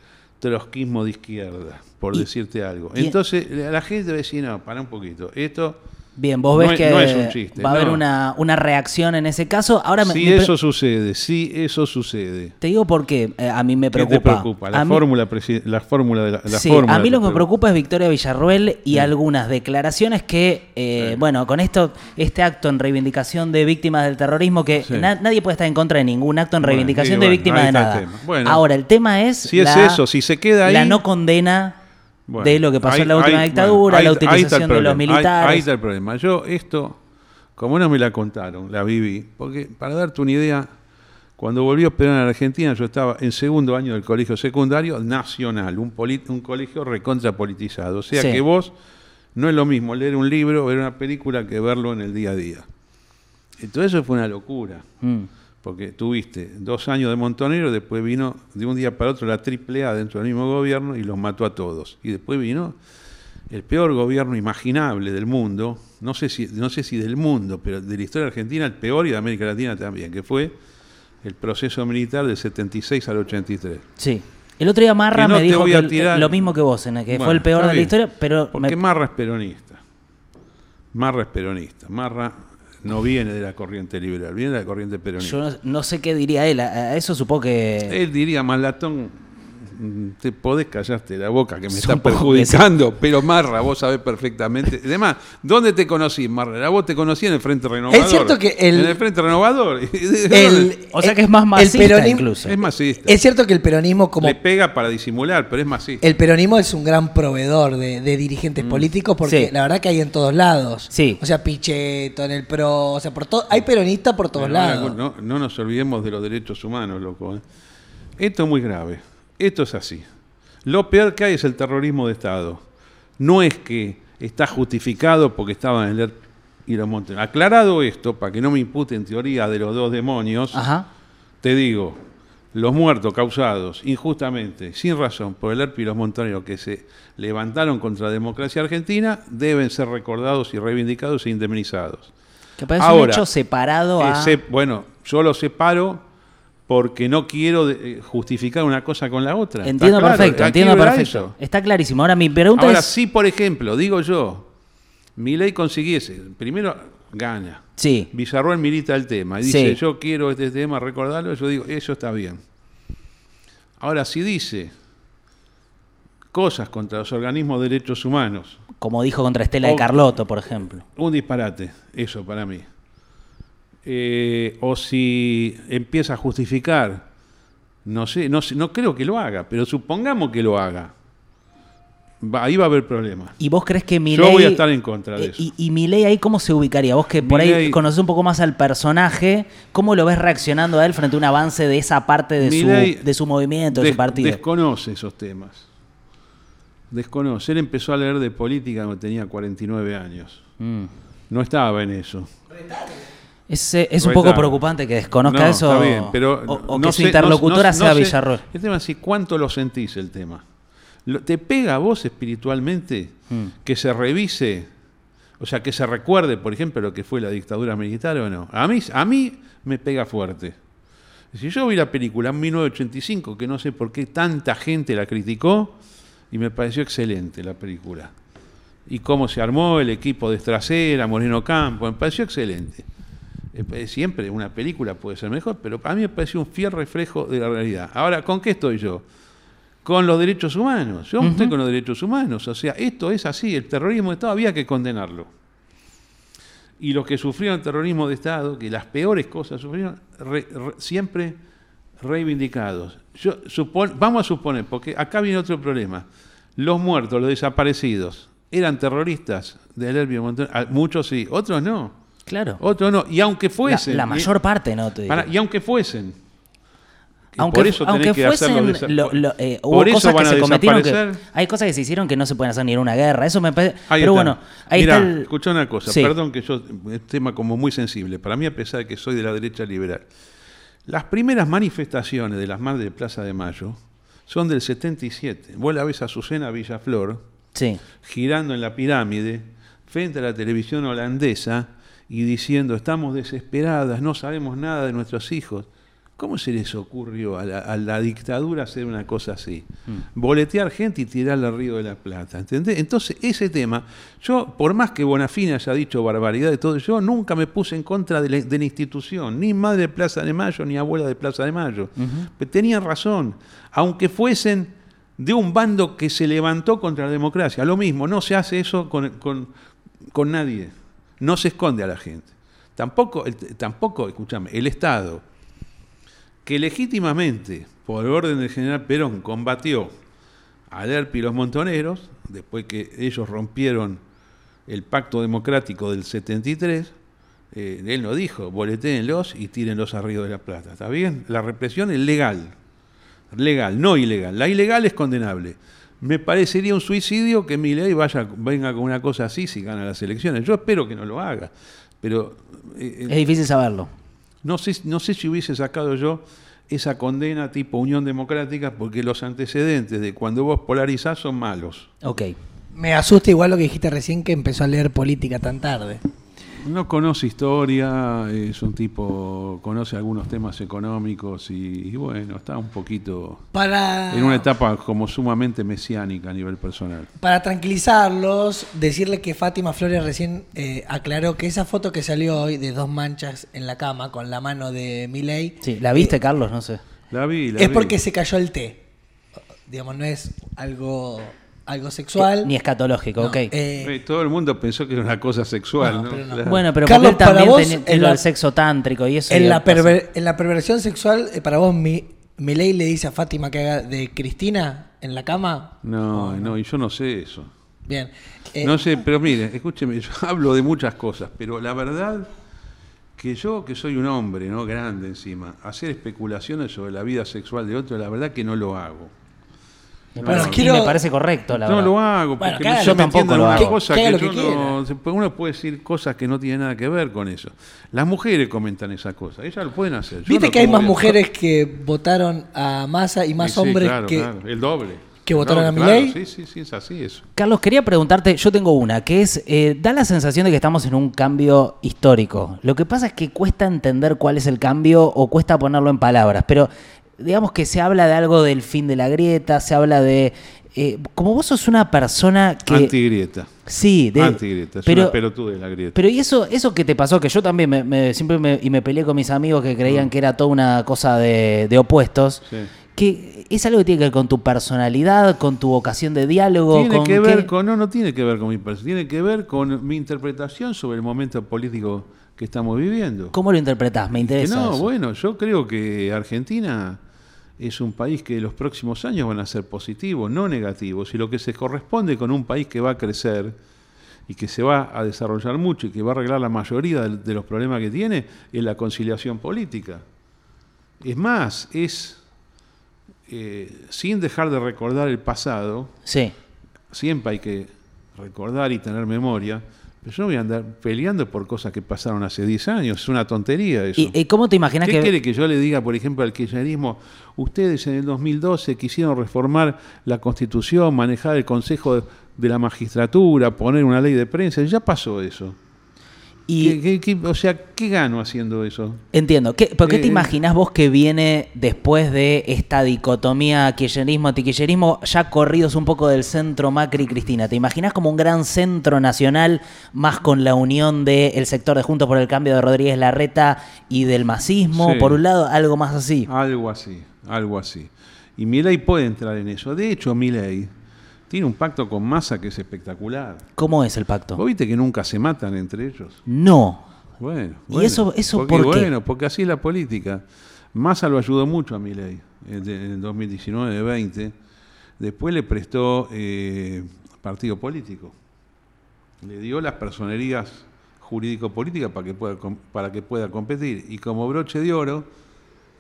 trotskismo de izquierda, por Y- decirte algo. y- Entonces, la la gente va a decir, no, para un poquito, esto... Bien, vos No ves es- que no es un chiste, va a haber no. una, una reacción en ese caso. Ahora me, si me pre- eso sucede, si eso sucede. te digo por qué eh, a mí me ¿Qué preocupa. te preocupa? La A mí- fórmula, presi- la fórmula de la, la sí, fórmula a mí te lo que me preocupa es Victoria Villarruel y algunas declaraciones que, eh, Sí. bueno, con esto, este acto en reivindicación de víctimas del terrorismo, que Sí. na- nadie puede estar en contra de ningún acto en Bueno, y reivindicación bueno, de víctimas ahí de está el nada. tema. Bueno. Ahora, el tema es, Si es la- eso, si se queda ahí. la no condena Bueno, de lo que pasó en la ahí- última ahí- dictadura, bueno, ahí- ahí está la el utilización de los problema, ahí- militares. Ahí, está el problema. Yo, esto, como no me la contaron, la viví, porque para darte una idea, cuando volví a operar en Argentina, yo estaba en segundo año del colegio secundario nacional, un, poli- un colegio recontrapolitizado. O sea Sí. que vos, no es lo mismo leer un libro, ver una película, que verlo en el día a día. Entonces, eso fue una locura. Mm. Porque tuviste dos años de Montonero, después vino de un día para otro la triple A dentro del mismo gobierno y los mató a todos. Y después vino el peor gobierno imaginable del mundo, no sé si, no sé si del mundo, pero de la historia argentina, el peor y de América Latina también, que fue el proceso militar del 76 al 83. Sí. El otro día Marra Que no me te dijo voy que a el- tirar- lo mismo que vos, en el que fue Bueno, el peor está de la bien. historia, pero Porque me- Marra es peronista. Marra es peronista. Marra no viene de la corriente liberal, viene de la corriente peronista. yo no, no sé qué diría él. A, a eso supongo que. Eh. Él diría, Malatón, mm, te podés callarte la boca que me Supongo está perjudicando, pero Marra, vos sabés perfectamente. Además, ¿dónde te conocí, Marra? Vos te conocí en el Frente Renovador. Es cierto que el- En el Frente Renovador. <laughs> El- o sea que es más el masista peronismo- incluso. es masista. Es cierto que el peronismo como Le pega para disimular, pero es masista. El peronismo es un gran proveedor de, de dirigentes políticos porque Mm. Sí. la verdad que hay en todos lados. Sí. O sea, Pichetto, en el PRO, o sea, por todo, hay peronistas por todos Pero lados. No, no nos olvidemos de los derechos humanos, loco. ¿eh? Esto es muy grave. Esto es así. Lo peor que hay es el terrorismo de Estado. No es que está justificado porque estaban en el y los montes. Aclarado esto, para que no me imputen teoría de los dos demonios, Ajá. te digo, los muertos causados injustamente, sin razón, por el ERP y los montoneros que se levantaron contra la democracia argentina, deben ser recordados y reivindicados e indemnizados. Que parece un Ahora, hecho separado a. Ese- bueno, yo lo separo porque no quiero de- eh, justificar una cosa con la otra. ¿Está Entiendo claro? perfecto, Aquí entiendo era perfecto. eso. Está clarísimo. Ahora mi pregunta Ahora, es. si por ejemplo, digo yo, Milei consiguiese, primero gana, Sí. Villarroel milita el tema y dice, Sí. yo quiero este tema, recordarlo, yo digo, eso está bien. Ahora, si dice cosas contra los organismos de derechos humanos, Como dijo contra Estela de O- Carlotto, por ejemplo. un disparate, eso para mí. Eh, o si empieza a justificar, no sé, no, sé, no creo que lo haga, pero supongamos que lo haga. va- ahí va a haber problemas. ¿Y vos crees que Milei... Yo voy a estar en contra de eh, eso. ¿Y, y Milei ahí cómo se ubicaría? Vos que por ahí Milei- conocés un poco más al personaje, ¿cómo lo ves reaccionando a él frente a un avance de esa parte de, Milei su, de su movimiento, de des- su partido? Desconoce esos temas. Desconoce. Él empezó a leer de política cuando tenía 49 años. Mm. No estaba en eso. Es, eh, es un Ahí poco está. preocupante que desconozca No, eso está bien, pero o, o no que su sé- no- interlocutora no- no sea sé- Villarroel. El tema es cuánto lo sentís el tema. Lo- ¿Te pega a vos espiritualmente Mm. que se revise, o sea, que se recuerde, por ejemplo, lo que fue la dictadura militar o no? A mí, a mí me pega fuerte. Si yo vi la película en 1985, que no sé por qué tanta gente la criticó, y me pareció excelente la película. Y cómo se armó el equipo de Estracera, Moreno Campo, me pareció excelente. Eh, eh, Siempre una película puede ser mejor, pero a mí me pareció un fiel reflejo de la realidad. Ahora, ¿con qué estoy yo? Con los derechos humanos. Yo estoy con los derechos humanos. O sea, esto es así. El terrorismo de Estado había que condenarlo. Y los que sufrieron terrorismo de Estado, que las peores cosas sufrieron, re- re- siempre reivindicados. Yo supon- vamos a suponer, porque acá viene otro problema. Los muertos, los desaparecidos, eran terroristas de Herbio Montero. Ah, Muchos sí, otros no. Claro. Otros no. Y aunque La, fuesen. la y- mayor parte, ¿no te digo. Pará, y aunque fuesen. que aunque, por eso tenés aunque que hacer los desa- fuesen, lo- lo- eh, hubo por eso cosas que van a se cometieron que, desaparecer. hay cosas que se hicieron que no se pueden hacer ni en una guerra. Eso me parece. Ahí pero está. bueno, ahí Mirá, está el. escuchá una cosa, Sí. perdón que yo, es tema como muy sensible, para mí a pesar de que soy de la derecha liberal. Las primeras manifestaciones de las madres de Plaza de Mayo son del 77. Vos la ves a Susana Villaflor Sí. girando en la pirámide frente a la televisión holandesa y diciendo, estamos desesperadas, no sabemos nada de nuestros hijos. ¿Cómo se les ocurrió a la, a la dictadura hacer una cosa así? Boletear gente y tirarla al río de la Plata, ¿entendés? Entonces, ese tema, yo, por más que Bonafini haya dicho barbaridad y todo, yo nunca me puse en contra de la, de la institución, ni madre de Plaza de Mayo, ni abuela de Plaza de Mayo. Pero Tenían razón, aunque fuesen de un bando que se levantó contra la democracia. Lo mismo, no se hace eso con, con- con nadie. No se esconde a la gente. Tampoco, el- tampoco, escúchame, el Estado, que legítimamente, por orden del general Perón, combatió a Lerpi y los montoneros, después que ellos rompieron el pacto democrático del 73, eh, él lo dijo, boletéenlos y tírenlos a Río de la Plata. ¿Está bien? La represión es legal. Legal, no ilegal. La ilegal es condenable. Me parecería un suicidio que Milei vaya, venga con una cosa así si gana las elecciones. Yo espero que no lo haga. Pero eh, eh, Es difícil saberlo. no sé, no sé si hubiese sacado yo esa condena tipo Unión Democrática, porque los antecedentes de cuando vos polarizás son malos. Ok. Me asusta igual lo que dijiste recién que empezó a leer política tan tarde. No conoce historia, es un tipo, conoce algunos temas económicos y, y bueno, está un poquito Para, en una etapa como sumamente mesiánica a nivel personal. para tranquilizarlos, decirle que Fátima Flores recién eh, aclaró que esa foto que salió hoy de dos manchas en la cama con la mano de Milei Sí, ¿La viste, Carlos? No sé. La vi, la es vi. porque se cayó el té. Digamos, no es algo, algo sexual. Ni escatológico, No, ok. eh, Eh, todo el mundo pensó que era una cosa sexual, No, ¿no? pero no. Claro. bueno, pero Carlos, porque él también para vos, tenía- en tiene lo la- del sexo tántrico y eso. y en, la otras cosas. perver- en la perversión sexual, eh, para vos, mi, Milei le dice a Fátima que haga de Cristina en la cama. No, no, y yo no sé eso. Bien. Eh, No sé, pero mire, escúcheme, yo <laughs> hablo de muchas cosas, pero la verdad que yo, que soy un hombre, ¿no? Grande encima, hacer especulaciones sobre la vida sexual de otro, la verdad que no lo hago. Me Bueno, parece, quiero- me parece correcto, la no verdad. lo hago, Bueno, porque claro, yo yo me tampoco entiendo lo alguna hago. cosa Que haga que, lo que yo no- se puede- uno puede decir cosas que no tienen nada que ver con eso. Las mujeres comentan esas cosas, ellas lo pueden hacer. yo Viste no que hay como más que- mujeres que votaron a Massa y más Y sí, hombres claro, que. claro, el doble. que El votaron doble, a claro, Sí, Milei. sí, sí, es así eso. Carlos, quería preguntarte, yo tengo una, que es, eh, da la sensación de que estamos en un cambio histórico. Lo que pasa es que cuesta entender cuál es el cambio o cuesta ponerlo en palabras, pero digamos que se habla de algo del fin de la grieta, se habla de... eh, como vos sos una persona que... Antigrieta. sí, de... Antigrieta, es pero, una pelotude la grieta. pero y eso, eso que te pasó, que yo también me, me- siempre me, y me peleé con mis amigos que creían que era toda una cosa de, de opuestos. Mm. Sí. Que es algo que tiene que ver con tu personalidad, con tu vocación de diálogo. Tiene con que ver qué- con, no, no tiene que ver con mi persona, tiene que ver con mi interpretación sobre el momento político que estamos viviendo. ¿Cómo lo interpretás? Me Que interesa. no, eso. bueno, yo creo que Argentina es un país que los próximos años van a ser positivos, no negativos, y lo que se corresponde con un país que va a crecer y que se va a desarrollar mucho y que va a arreglar la mayoría de, de los problemas que tiene, es la conciliación política. Es más, es, eh, sin dejar de recordar el pasado, Sí. siempre hay que recordar y tener memoria, pero yo no voy a andar peleando por cosas que pasaron hace 10 años, es una tontería eso. ¿Y, y cómo te imaginas ¿Qué que.? quiere que yo le diga, por ejemplo, al kirchnerismo? Ustedes en el 2012 quisieron reformar la Constitución, manejar el Consejo de, de la Magistratura, poner una ley de prensa. Ya pasó eso. y- ¿Qué- qué- qué- o sea, ¿qué gano haciendo eso? Entiendo. ¿Qué, ¿Por qué Eh, te imaginás vos que viene después de esta dicotomía kirchnerismo-antikirchnerismo, ya corridos un poco del centro Macri-Cristina? ¿Te imaginás como un gran centro nacional, más con la unión del sector de Juntos por el Cambio de Rodríguez Larreta y del masismo? Sí. Ah. Por un lado, algo más así. Algo así, algo así. Y Milei puede entrar en eso. De hecho, Milei tiene un pacto con Massa que es espectacular. ¿Cómo es el pacto? ¿Vos viste que nunca se matan entre ellos? No. Bueno, ¿Y bueno, eso- eso porque, por qué? Bueno, porque así es la política. Massa lo ayudó mucho a Milei en de- en el 2019-20. Después le prestó eh, partido político. Le dio las personerías jurídico-políticas para, que pueda com- para que pueda competir. Y como broche de oro,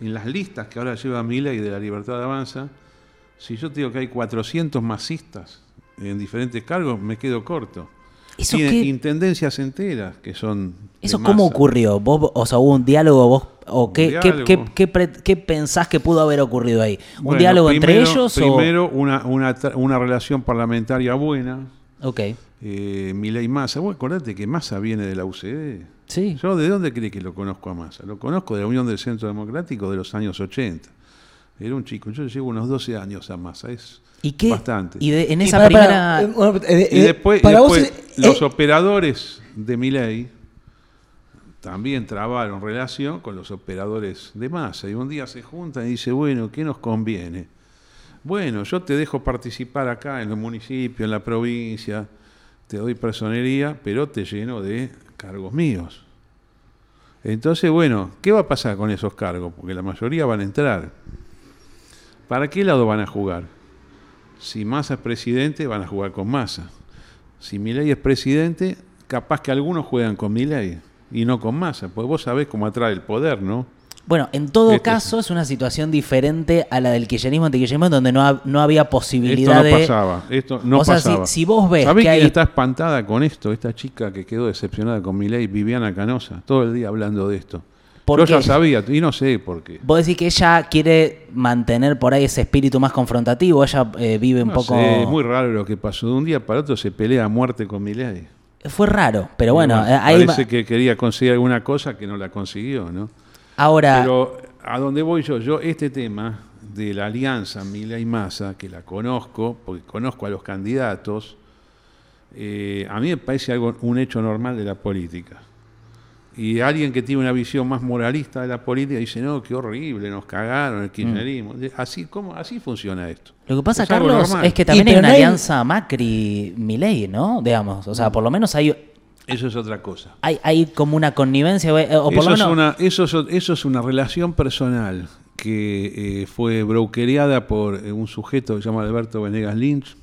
en las listas que ahora lleva Milei de la Libertad Avanza, si yo te digo que hay 400 masistas en diferentes cargos, me quedo corto. ¿Eso Tiene qué- intendencias enteras que son. de ¿Eso cómo masa. ocurrió? ¿Vos, o sea, ¿hubo un diálogo vos? ¿O Un qué, qué- diálogo. qué- qué pre- qué pensás que pudo haber ocurrido ahí? ¿Un Bueno, diálogo entre primero- ellos Primero, una, una, tra- una relación parlamentaria buena. o...? Ok. Eh, Milei Massa. Vos acordate que Massa viene de la UCD. Sí. ¿Yo de dónde crees que lo conozco a Massa? Lo conozco de la Unión del Centro Democrático de los años 80. Era un chico. Yo llevo unos 12 años a Massa. Es ¿Y qué? bastante. Y de- en Y esa para- primera. para- eh, bueno, eh, Y eh, después, para vos después es- los eh, operadores de Milei también trabaron relación con los operadores de masa. Y un día se juntan y dice, bueno, ¿qué nos conviene? Bueno, yo te dejo participar acá en los municipios, en la provincia, te doy personería, pero te lleno de cargos míos. Entonces, bueno, ¿qué va a pasar con esos cargos? Porque la mayoría van a entrar. ¿Para qué lado van a jugar? Si Massa es presidente, van a jugar con Massa. Si Milei es presidente, capaz que algunos juegan con Milei y no con Massa, porque vos sabés cómo atrae el poder, ¿no? Bueno, en todo Este- caso es una situación diferente a la del kirchnerismo antikirchnerismo donde no, ha- no había Esto posibilidad no de. pasaba, esto no o sea, si- pasaba. si vos ves ¿Sabés que quién hay- está espantada con esto? Esta chica que quedó decepcionada con Milei, Viviana Canosa, todo el día hablando de esto. ¿Por Yo qué? ya sabía, y no sé por qué. Vos decís que ella quiere mantener por ahí ese espíritu más confrontativo, ella eh, vive un No poco. sé, muy raro lo que pasó. De un día para otro se pelea a muerte con Milei. Fue raro, pero bueno, Y eh, ahí parece va- que quería conseguir alguna cosa que no la consiguió, ¿no? ahora. Pero a dónde voy yo, yo este tema de la alianza Mila y Massa, que la conozco, porque conozco a los candidatos, eh, a mí me parece algo, un hecho normal de la política. Y alguien que tiene una visión más moralista de la política dice, no, qué horrible, nos cagaron el kirchnerismo. Así, ¿cómo? así funciona esto. Mm. Lo que pasa, Es algo Carlos, normal. es que también Y, hay pero una no hay- alianza Macri-Milei, ¿no? Digamos, o Mm. sea, por lo menos hay, Eso es otra cosa. hay, hay como una connivencia, eh, o por Eso lo es, menos. una, eso, es, o- eso es una relación personal que eh, fue brokereada por eh, un sujeto que se llama Alberto Venegas Lynch.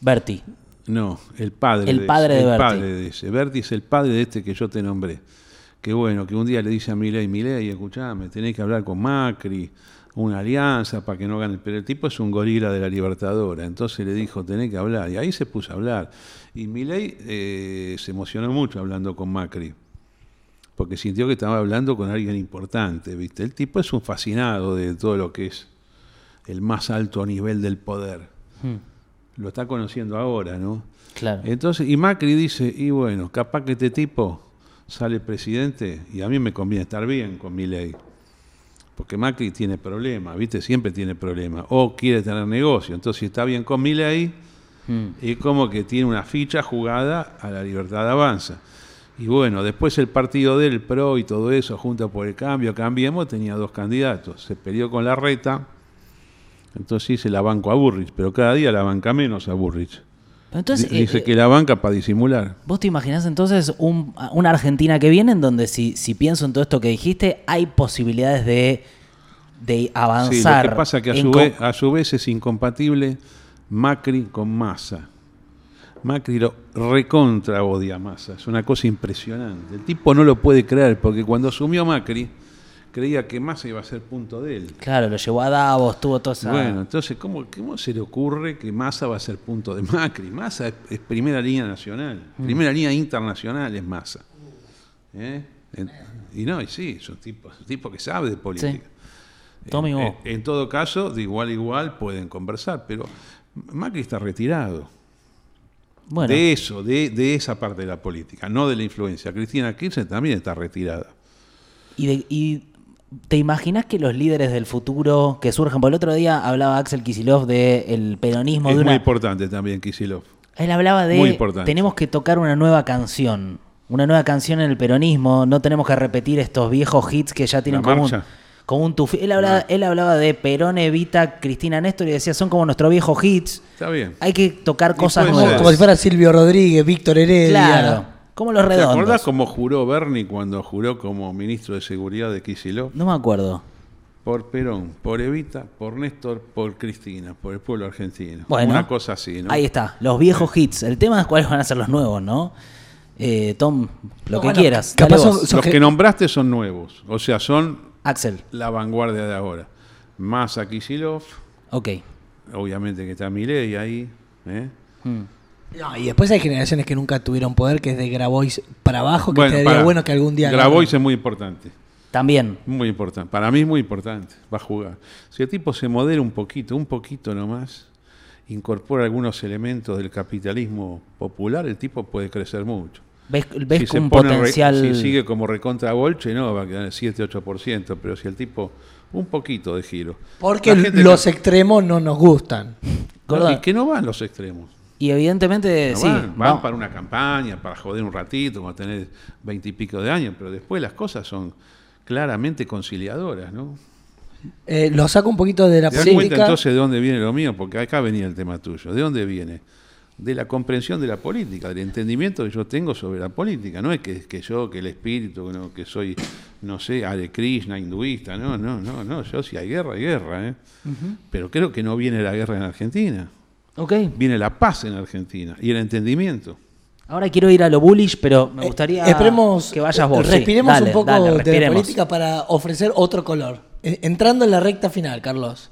Berti. No, el padre. El ese, padre de el Berti. padre de ese. Berti es el padre de este que yo te nombré. Que bueno, que un día le dice a Milei, Milei, escuchame, tenés que hablar con Macri, una alianza para que no gane. Pero el tipo es un gorila de la Libertadora. Entonces le dijo, tenés que hablar. Y ahí se puso a hablar. Y Milei eh, se emocionó mucho hablando con Macri. Porque sintió que estaba hablando con alguien importante, ¿viste? El tipo es un fascinado de todo lo que es el más alto nivel del poder. Lo está conociendo ahora, ¿no? Claro. Entonces, y Macri dice, y bueno, capaz que este tipo sale presidente y a mí me conviene estar bien con mi ley. Porque Macri tiene problemas, ¿viste? Siempre tiene problemas. O quiere tener negocio. Entonces, si está bien con mi ley, Mm. es como que tiene una ficha jugada a la libertad avanza. Y bueno, después el partido del PRO y todo eso, Junta por el Cambio, Cambiemos, tenía dos candidatos. Se peleó con la reta. Entonces sí, se la banco a Burrich, pero cada día la banca menos a Burrich. Entonces, Di- dice eh, que la banca para disimular. ¿Vos te imaginás entonces un- una Argentina que viene en donde si, si pienso en todo esto que dijiste, hay posibilidades de de Sí, avanzar. lo que pasa es que a en su, co- vez, a su vez es incompatible Macri con Massa. Macri lo recontra odia a Massa, es una cosa impresionante. El tipo no lo puede creer porque cuando asumió Macri creía que Massa iba a ser punto de él. Claro, lo llevó a Davos, tuvo todo esa... Bueno, entonces, ¿cómo, cómo se le ocurre que Massa va a ser punto de Macri? Massa es, es primera línea nacional, Mm. primera línea internacional es Massa. ¿Eh? En- y no, y sí, es un tipo, es un tipo que sabe de política. Sí. Tommy, En, vos. en todo caso, de igual a igual pueden conversar, pero Macri está retirado Bueno, de eso, de, de esa parte de la política, no de la influencia. Cristina Kirchner también está retirada. y, de- y te imaginas que los líderes del futuro que surjan, por el otro día hablaba Axel Kisilov del peronismo es de una... muy importante también Kisilov. Él hablaba de Muy importante. tenemos que tocar una nueva canción, una nueva canción en el peronismo, no tenemos que repetir estos viejos hits que ya La tienen como un, marcha. Ah. como un tufi- Él hablaba, él hablaba de Perón, Evita, Cristina Néstor y decía, son como nuestros viejos hits, Está bien. hay que tocar cosas puede Como, ser. nuevas. como si fuera Silvio Rodríguez, Víctor Heredia. Claro, como los ¿Te acordás redondos. cómo juró Bernie cuando juró como ministro de Seguridad de Kicillof? No me acuerdo. Por Perón, por Evita, por Néstor, por Cristina, por el pueblo argentino. Bueno, Una cosa así, ¿no? Ahí está, los viejos hits. El tema es cuáles van a ser los nuevos, ¿no? Eh, Tom, lo No, que bueno, quieras. capaz dale vos. son- Los que nombraste son nuevos, o sea, son Axel, la vanguardia de ahora. Más a Kicillof, ok. obviamente que está Milei ahí, ¿eh? Mm. No, y después hay generaciones que nunca tuvieron poder, que es de Grabois para abajo, que estaría pará. bueno que algún día... Grabois es muy importante. También. Muy importante. Para mí es muy importante. Va a jugar. Si el tipo se modera un poquito, un poquito nomás, incorpora algunos elementos del capitalismo popular, el tipo puede crecer mucho. ¿Ves, ves si se un pone re- potencial... si sigue como recontra Bolche, no, va a quedar en el 7-8%, pero si el tipo un poquito de giro. Porque La gente los no- extremos no nos gustan. Gordo, y que no van los extremos. Y evidentemente, No Eh, sí. van, van no. para una campaña, para joder un ratito, cuando tenés veintipico de años, pero después las cosas son claramente conciliadoras, ¿no? Eh, lo saco un poquito de la ¿Te das cuenta política. entonces de dónde viene lo mío? Porque acá venía el tema tuyo. ¿De dónde viene? De la comprensión de la política, del entendimiento que yo tengo sobre la política. No es que, que yo, que el espíritu, que no, que soy, no sé, Hare Krishna, hinduista. No, no, no, no. Yo si hay guerra, hay guerra. ¿eh? Pero creo que no viene la guerra en Argentina. Ok. Viene la paz en Argentina y el entendimiento. Ahora quiero ir a lo bullish, pero me gustaría Eh, esperemos- que vayas vos. sí. Respiremos Dale, un poco dale, de la respiremos. política para ofrecer otro color. Eh, Entrando en la recta final, Carlos.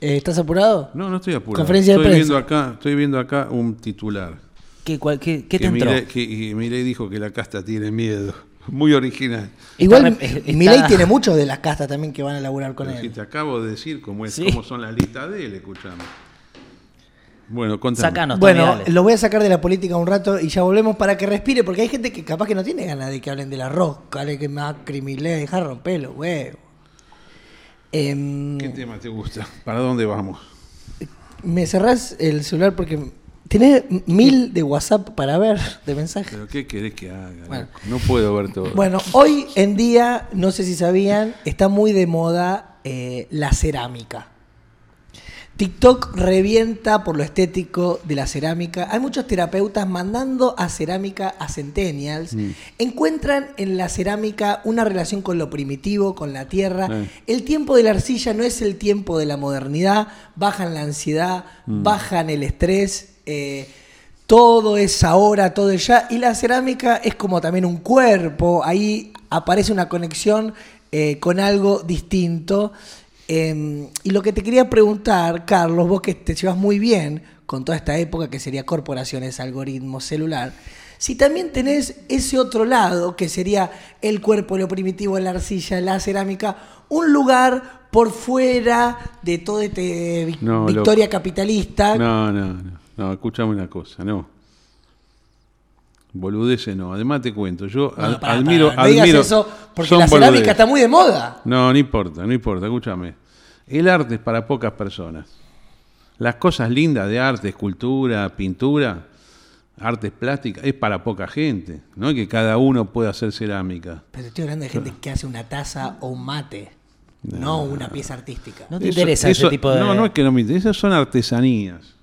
Eh, ¿Estás apurado? No, no estoy apurado. Conferencia de estoy prensa. viendo acá, Estoy viendo acá un titular. ¿Qué, cuál- qué- qué te que entró? Milei- que- y Milei dijo que la casta tiene miedo. <laughs> Muy original. Igual rep- eh, está- Milei tiene muchos de las castas también que van a laburar con Pero si él. te acabo de decir cómo, es, Sí. cómo son las listas de él, escuchamos. Bueno, contame. Sacanos, Bueno, Tommy, dale. lo voy a sacar de la política un rato y ya volvemos para que respire, porque hay gente que capaz que no tiene ganas de que hablen de la rosca, de que Macri, Milei, dejar rompelo, huevo. Em, ¿Qué tema te gusta? ¿Para dónde vamos? me cerrás el celular porque tenés mil de WhatsApp para ver, de mensajes. ¿Pero qué querés que haga? Bueno. loco? No puedo ver todo. Bueno, hoy en día, no sé si sabían, está muy de moda eh, la cerámica. TikTok revienta por lo estético de la cerámica. Hay muchos terapeutas mandando a cerámica a centennials. Encuentran en la cerámica una relación con lo primitivo, con la tierra. Eh. El tiempo de la arcilla no es el tiempo de la modernidad. Bajan la ansiedad, bajan el estrés. eh, todo es ahora, todo es ya. Y la cerámica es como también un cuerpo. Ahí aparece una conexión eh, con algo distinto. Eh, y lo que te quería preguntar, Carlos, vos que te llevas muy bien con toda esta época que sería corporaciones, algoritmos, celular, si también tenés ese otro lado que sería el cuerpo, lo primitivo, la arcilla, la cerámica, un lugar por fuera de todo este vic- No, loco. victoria capitalista. No, no, no. No, escúchame una cosa, no. Boludece no. Además te cuento, yo No, ad- no, pará, admiro... pará, no digas admiro eso, porque son la cerámica boludeces. está muy de moda. No, no importa, no importa, escúchame. El arte es para pocas personas. Las cosas lindas de arte, escultura, pintura, artes plásticas, es para poca gente. No es que cada uno pueda hacer cerámica. Pero estoy hablando de gente que hace una taza o un mate, no, una pieza artística. No te interesa eso- ese tipo de... No, no es que no me interesa, esas son artesanías.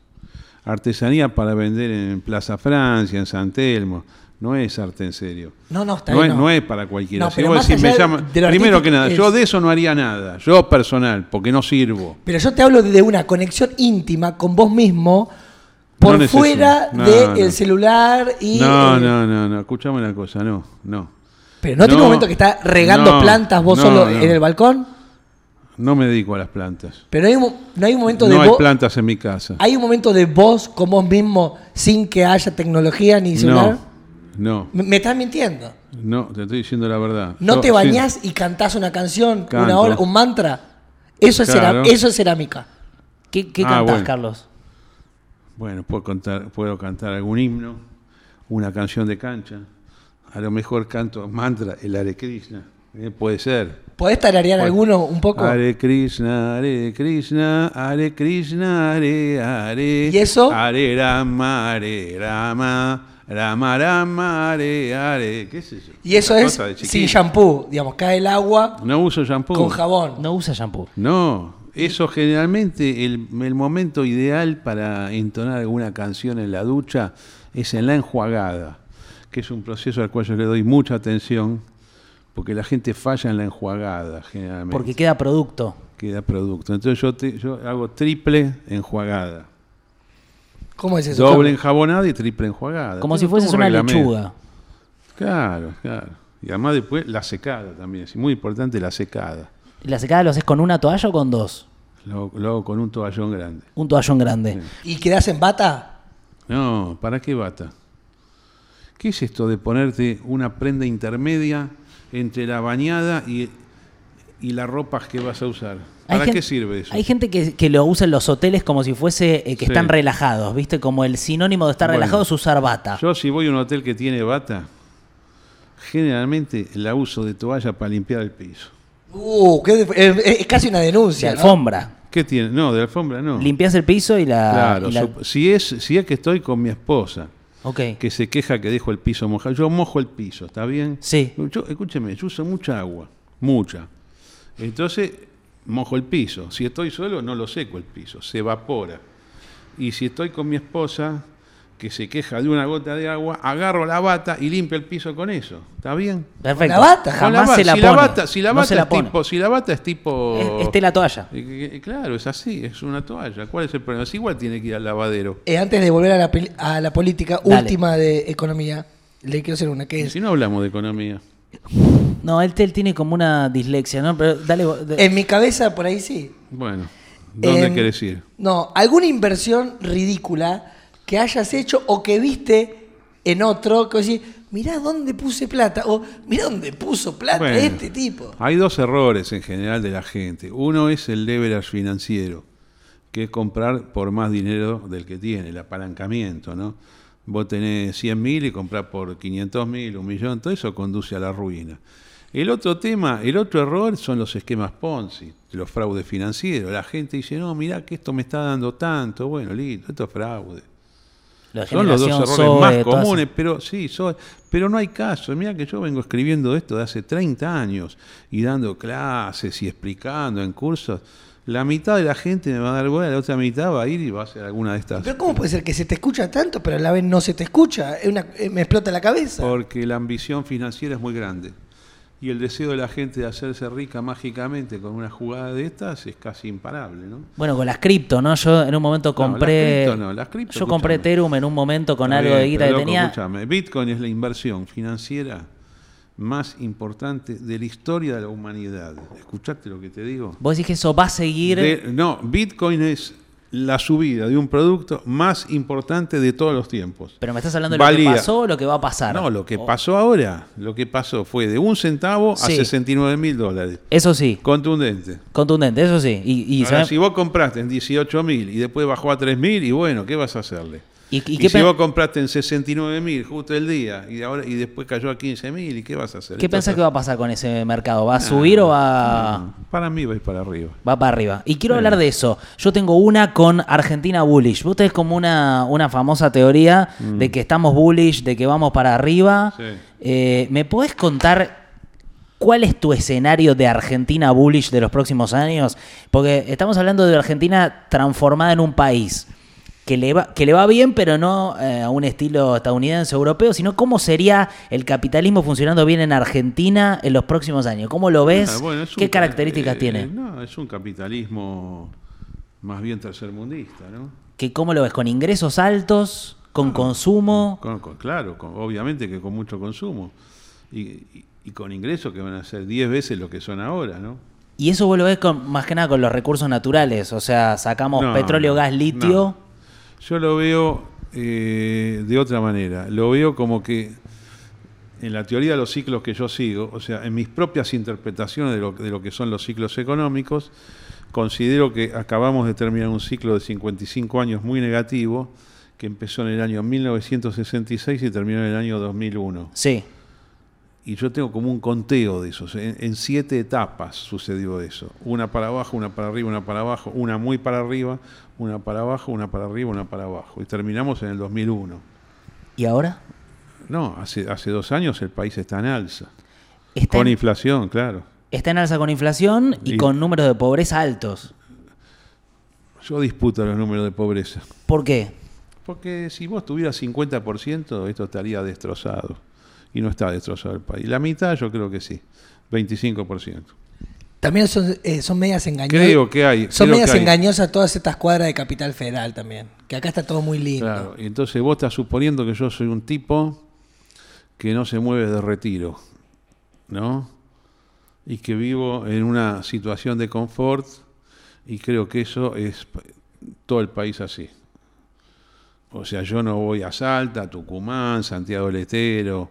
Artesanías para vender en Plaza Francia, en San Telmo. No es arte en serio. No, no, está No bien, es, no. no es para cualquiera. No, Si pero vos más decís, me allá llama- de lo primero artístico que nada, es- yo de eso no haría nada. Yo personal, porque no sirvo. Pero yo te hablo de una conexión íntima con vos mismo No por necesito. fuera No, del no. celular y. No, eh, no, no, no. Escuchame una cosa, no, no. Pero no, tiene No, un momento que está regando no, plantas vos no, solo no. en el balcón. No me dedico a las plantas. Pero hay un, mo- no hay un momento No de hay vos. plantas en mi casa. Hay un momento de vos con vos mismo sin que haya tecnología ni celular. No, no, Me, me estás mintiendo. no, te estoy diciendo la verdad. No Yo- te sí, bañás y cantás una canción, una Canto. hora, un mantra. Eso es, cera- Claro. eso es cerámica. ¿Qué, qué Ah, cantás, bueno. Carlos? Bueno, puedo, contar, puedo cantar algún himno, una canción de cancha. A lo mejor canto mantra, el Hare Krishna. eh, puede ser. ¿Podés tararear Bueno. alguno un poco? Hare Krishna, Hare Krishna, Hare Krishna, Hare Hare. ¿Y eso? Hare Rama, Hare Rama, Rama Rama, Hare Hare. ¿Qué es eso? Y eso Una es cosa de chiquito. sin shampoo. Digamos, cae el agua No uso shampoo. con jabón. No usa shampoo. No, eso generalmente el, el momento ideal para entonar alguna canción en la ducha es en la enjuagada, que es un proceso al cual yo le doy mucha atención, porque la gente falla en la enjuagada generalmente. Porque queda producto. queda producto. Entonces yo, te- yo hago triple enjuagada. ¿Cómo es eso? Doble Carlos? enjabonada y triple enjuagada. Como si Tengo todo fueses un una reglamento. lechuga. Claro, claro. Y además después la secada también, es muy importante la secada. ¿Y ¿La secada lo haces con una toalla o con dos? Lo- lo hago con un toallón grande. Un toallón grande. ¿Y quedás en bata? No, ¿para qué bata? ¿Qué es esto de ponerte una prenda intermedia entre la bañada y, y la ropa que vas a usar? Hay ¿Para gen- qué sirve eso? Hay gente que, que lo usa en los hoteles como si fuese eh, que Sí. están relajados, ¿viste? Como el sinónimo de estar Bueno. relajado es usar bata. Yo si voy a un hotel que tiene bata, generalmente la uso de toalla para limpiar el piso. Uh, qué dif- eh, eh, es casi una De denuncia. ¿no? alfombra. ¿Qué tiene? No, de alfombra no. Limpias el piso y la. Claro, y la- sup- si, es, si es que estoy con mi esposa, Ok. que se queja que dejo el piso mojado. Yo mojo el piso, ¿está bien? Sí. Yo, escúcheme, yo uso mucha agua, mucha. Entonces, mojo el piso. Si estoy solo, no lo seco el piso, se evapora. Y si estoy con mi esposa, que se queja de una gota de agua, agarro la bata y limpio el piso con eso, ¿está bien? Perfecto. la bata. Con Jamás ba- se la si pone. La bata, si la No bata se la es pone. tipo, si la bata es tipo... Es- Esté la toalla. Eh, eh, Claro, es así, es una toalla. ¿Cuál es el problema? Es igual tiene que ir al lavadero. Eh, antes de volver a la, peli- a la política Dale. última de economía, le quiero hacer una que es. Si no hablamos de economía. No, él, él tiene como una dislexia, ¿no? Pero dale. vos- de- Eh, En mi cabeza, por ahí sí. Bueno, ¿dónde Em, querés ir? No, alguna inversión ridícula que hayas hecho o que viste en otro, que vos decís, mirá dónde puse plata, o mirá dónde puso plata Bueno, este tipo. Hay dos errores en general de la gente. Uno es el leverage financiero, que es comprar por más dinero del que tiene, el apalancamiento, ¿no? Vos tenés 100 mil y comprás por 500 mil, un millón, todo eso conduce a la ruina. El otro tema, el otro error son los esquemas Ponzi, los fraudes financieros. La gente dice, no, mirá que esto me está dando tanto, bueno, listo, esto es fraude. lo de Son los dos generación errores Zoe, más todas- comunes, pero sí, so- pero no hay caso. Mira que yo vengo escribiendo esto de hace 30 años y dando clases y explicando en cursos. La mitad de la gente me va a dar bola, la otra mitad va a ir y va a hacer alguna de estas. Pero ¿cómo puede ser que se te escucha tanto, pero a la vez no se te escucha? Es una- eh, me explota la cabeza. Porque la ambición financiera es muy grande. Y el deseo de la gente de hacerse rica mágicamente con una jugada de estas es casi imparable, ¿no? Bueno, con las cripto, ¿no? Yo en un momento las compré. cripto no, las cripto, yo compré escuchame. Ethereum en un momento con Está algo bien, de guita que pero loco, tenía. escuchame, Bitcoin es la inversión financiera más importante de la historia de la humanidad. ¿Escuchaste lo que te digo? Vos decís que eso va a seguir. De- no, Bitcoin es la subida de un producto más importante de todos los tiempos. Pero me estás hablando de lo Valía. que pasó o lo que va a pasar. No, lo que O- pasó ahora, lo que pasó fue de un centavo a Sí. 69 mil dólares. Eso sí, Contundente. contundente, eso sí. Y, y, Ahora, ¿sabes? si vos compraste en 18 mil y después bajó a 3 mil, y bueno, ¿qué vas a hacerle? ¿Y- y Y, qué si pe- vos compraste en 69 mil justo el día y ahora y después cayó a 15 mil, ¿y qué vas a hacer? ¿qué Entonces, pensás que va a pasar con ese mercado? Ah. ¿Va a subir o va.? Para mí va a ir para arriba. Va para arriba. Y quiero hablar de eso. Yo tengo una con Argentina bullish. Vos tenés como una, una famosa teoría de que estamos bullish, de que vamos para arriba. Mm. Sí. Eh, ¿Me podés contar cuál es tu escenario de Argentina bullish de los próximos años? Porque estamos hablando de Argentina transformada en un país que le va, que le va bien, pero no eh, a un estilo estadounidense o europeo, sino cómo sería el capitalismo funcionando bien en Argentina en los próximos años. ¿Cómo lo ves? Ah, bueno, es un ¿Qué ca- características eh, tiene? No, es un capitalismo más bien tercermundista, ¿no? ¿Que ¿Cómo lo ves? ¿Con ingresos altos? ¿Con consumo? Con- con- claro, con- obviamente que con mucho consumo. Y, y- y con ingresos que van a ser 10 veces lo que son ahora, ¿no? Y eso vos lo ves con, más que nada con los recursos naturales. O sea, sacamos No, petróleo, no, gas, no. litio. Yo lo veo eh, de otra manera. Lo veo como que en la teoría de los ciclos que yo sigo, o sea, en mis propias interpretaciones de lo, de lo que son los ciclos económicos, considero que acabamos de terminar un ciclo de 55 años muy negativo que empezó en el año 1966 y terminó en el año 2001. Sí. Y yo tengo como un conteo de esos. En, en siete etapas sucedió eso. Una para abajo, una para arriba, una para abajo, una muy para arriba, una para abajo, una para arriba, una para abajo. Y terminamos en el 2001. ¿Y ahora? No, hace, hace dos años el país está en alza. Está, Con en, inflación, claro. está en alza con inflación y Y- con números de pobreza altos. Yo disputo los números de pobreza. ¿Por qué? Porque si vos tuvieras 50%, esto estaría destrozado. Y no está destrozado el país. La mitad yo creo que sí. 25%. También son, eh, son medias engañosas. Creo que hay. creo Son que medias hay. engañosas todas estas cuadras de Capital Federal también. Que acá está todo muy lindo. Claro, y entonces vos estás suponiendo que yo soy un tipo que no se mueve de retiro, ¿no? Y que vivo en una situación de confort y creo que eso es p- todo el país así. O sea, yo no voy a Salta, Tucumán, Santiago del Estero,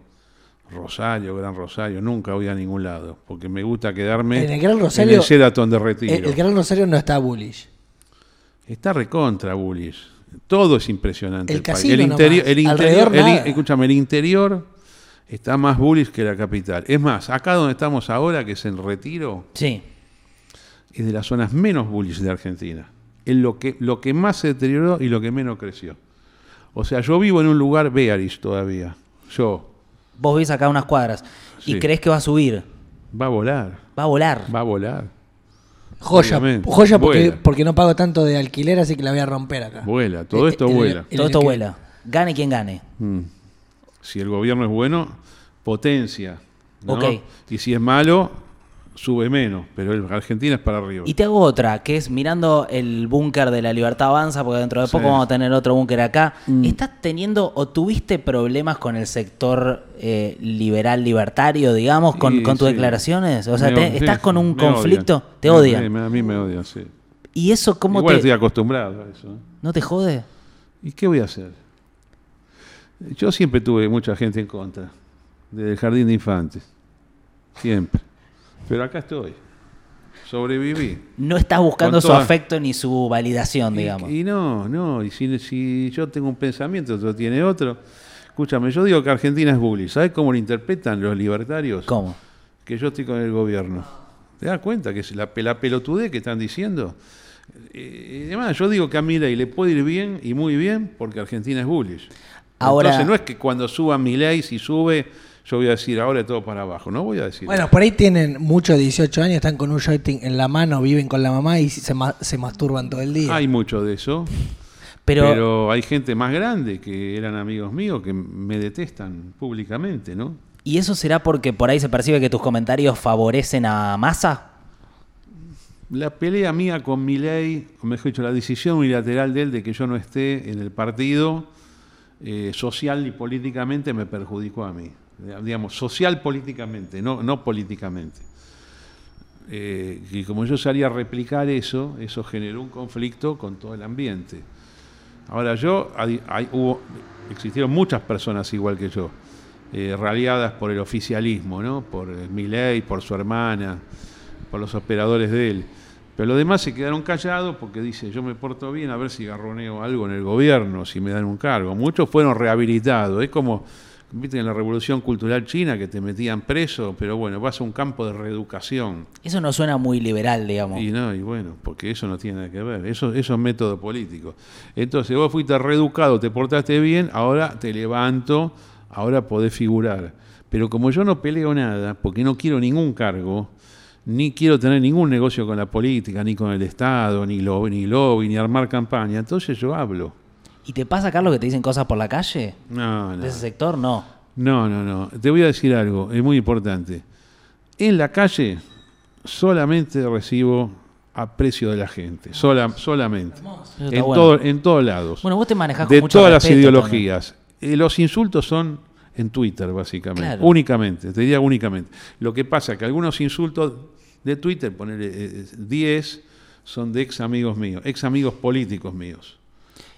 Rosario, Gran Rosario, nunca voy a ningún lado, porque me gusta quedarme En el Gran Rosario- en el Sheraton de El- retiro. el, Gran Rosario no está bullish. Está recontra bullish. Todo es impresionante. El país. casino el nomás. interior, el Alrededor interior, el in- nada. escúchame, el interior está más bullish que la capital. Es más, acá donde estamos ahora, que es en Retiro, Sí. es de las zonas menos bullish de Argentina. Es lo que, lo que más se deterioró y lo que menos creció. O sea, yo vivo en un lugar bearish todavía. Yo, Vos vivís acá a unas cuadras y Sí. crees que va a subir. va a volar, Va a volar. va a volar, Joya, Obviamente. joya porque, Vuela. porque no pago tanto de alquiler, así que la voy a romper acá. vuela, todo Eh, esto eh, vuela. el Todo esto que- vuela. Gane quien gane. Mm. Si el gobierno es bueno, potencia. ¿no? Ok. Y si es malo, sube menos. Pero el- Argentina es para arriba. Y te hago otra, que es mirando el búnker de la Libertad Avanza, porque dentro de poco Sí. Mm. vamos a tener otro búnker acá. ¿Estás teniendo o tuviste problemas con el sector eh, liberal libertario, digamos, con, Y, con tus sí. declaraciones? O sea, Me te- o- sí, ¿estás con un me conflicto? odian. Te Me- odian. me- a mí me odian, sí. ¿Y eso cómo Igual te...? estoy acostumbrado a eso. ¿eh? ¿No te jode? ¿Y qué voy a hacer? Yo siempre tuve mucha gente en contra. Desde el jardín de infantes. Siempre. Pero acá estoy. Sobreviví. No estás buscando Con su toda- afecto ni su validación, Y- digamos. Y, no, no, y si, si yo tengo un pensamiento, otro tiene otro. Escúchame, yo digo que Argentina es bully. ¿Sabes cómo lo interpretan los libertarios? ¿Cómo? Que yo estoy con el gobierno. ¿Te das cuenta que es la, pe- la pelotudez que están diciendo? Eh, y además, yo digo que a Milei le puede ir bien y muy bien porque Argentina es bullish. Ahora- Entonces no es que cuando suba Milei, si sube, yo voy a decir ahora todo para abajo. No voy a decir. Bueno, por ahí tienen muchos 18 años, están con un joystick en la mano, viven con la mamá y se, ma- se masturban todo el día. Hay mucho de eso. Pero, Pero, hay gente más grande que eran amigos míos que me detestan públicamente, ¿no? ¿y eso será porque por ahí se percibe que tus comentarios favorecen a Massa? La pelea mía con Milei, o mejor dicho, la decisión unilateral de él de que yo no esté en el partido, eh, social y políticamente me perjudicó a mí. Eh, Digamos, social políticamente, no, no políticamente. Eh, y como yo salía a replicar eso, eso generó un conflicto con todo el ambiente. Ahora yo, hay- hay- hubo, existieron muchas personas igual que yo, eh, raliadas por el oficialismo, ¿no? por eh, Milei, por su hermana, por los operadores de él. Pero los demás se quedaron callados porque dice, yo me porto bien, a ver si garroneo algo en el gobierno, si me dan un cargo. Muchos fueron rehabilitados. Es como, viste, en la Revolución Cultural China que te metían preso, pero bueno, vas a un campo de reeducación. Eso no suena muy liberal, digamos. Y no, y bueno, porque eso no tiene nada que ver, eso, eso es método político. Entonces vos fuiste reeducado, te portaste bien, ahora te levanto, ahora podés figurar. Pero como yo no peleo nada, porque no quiero ningún cargo, ni quiero tener ningún negocio con la política, ni con el Estado, ni lobby, ni, lobby, ni armar campaña, entonces yo hablo. ¿Y te pasa, Carlos, que te dicen cosas por la calle? No, no. ¿De ese sector? No. No, no, no. Te voy a decir algo, es muy importante. En la calle solamente recibo aprecio de la gente, sola- solamente. Eso está En, bueno. todo- en todos lados. Bueno, vos te manejás con de mucho todas las respeto ideologías. Eh, los insultos son en Twitter, básicamente. Claro. Únicamente, te diría únicamente. Lo que pasa es que algunos insultos de Twitter, ponerle eh, 10, son de ex amigos míos, ex amigos políticos míos.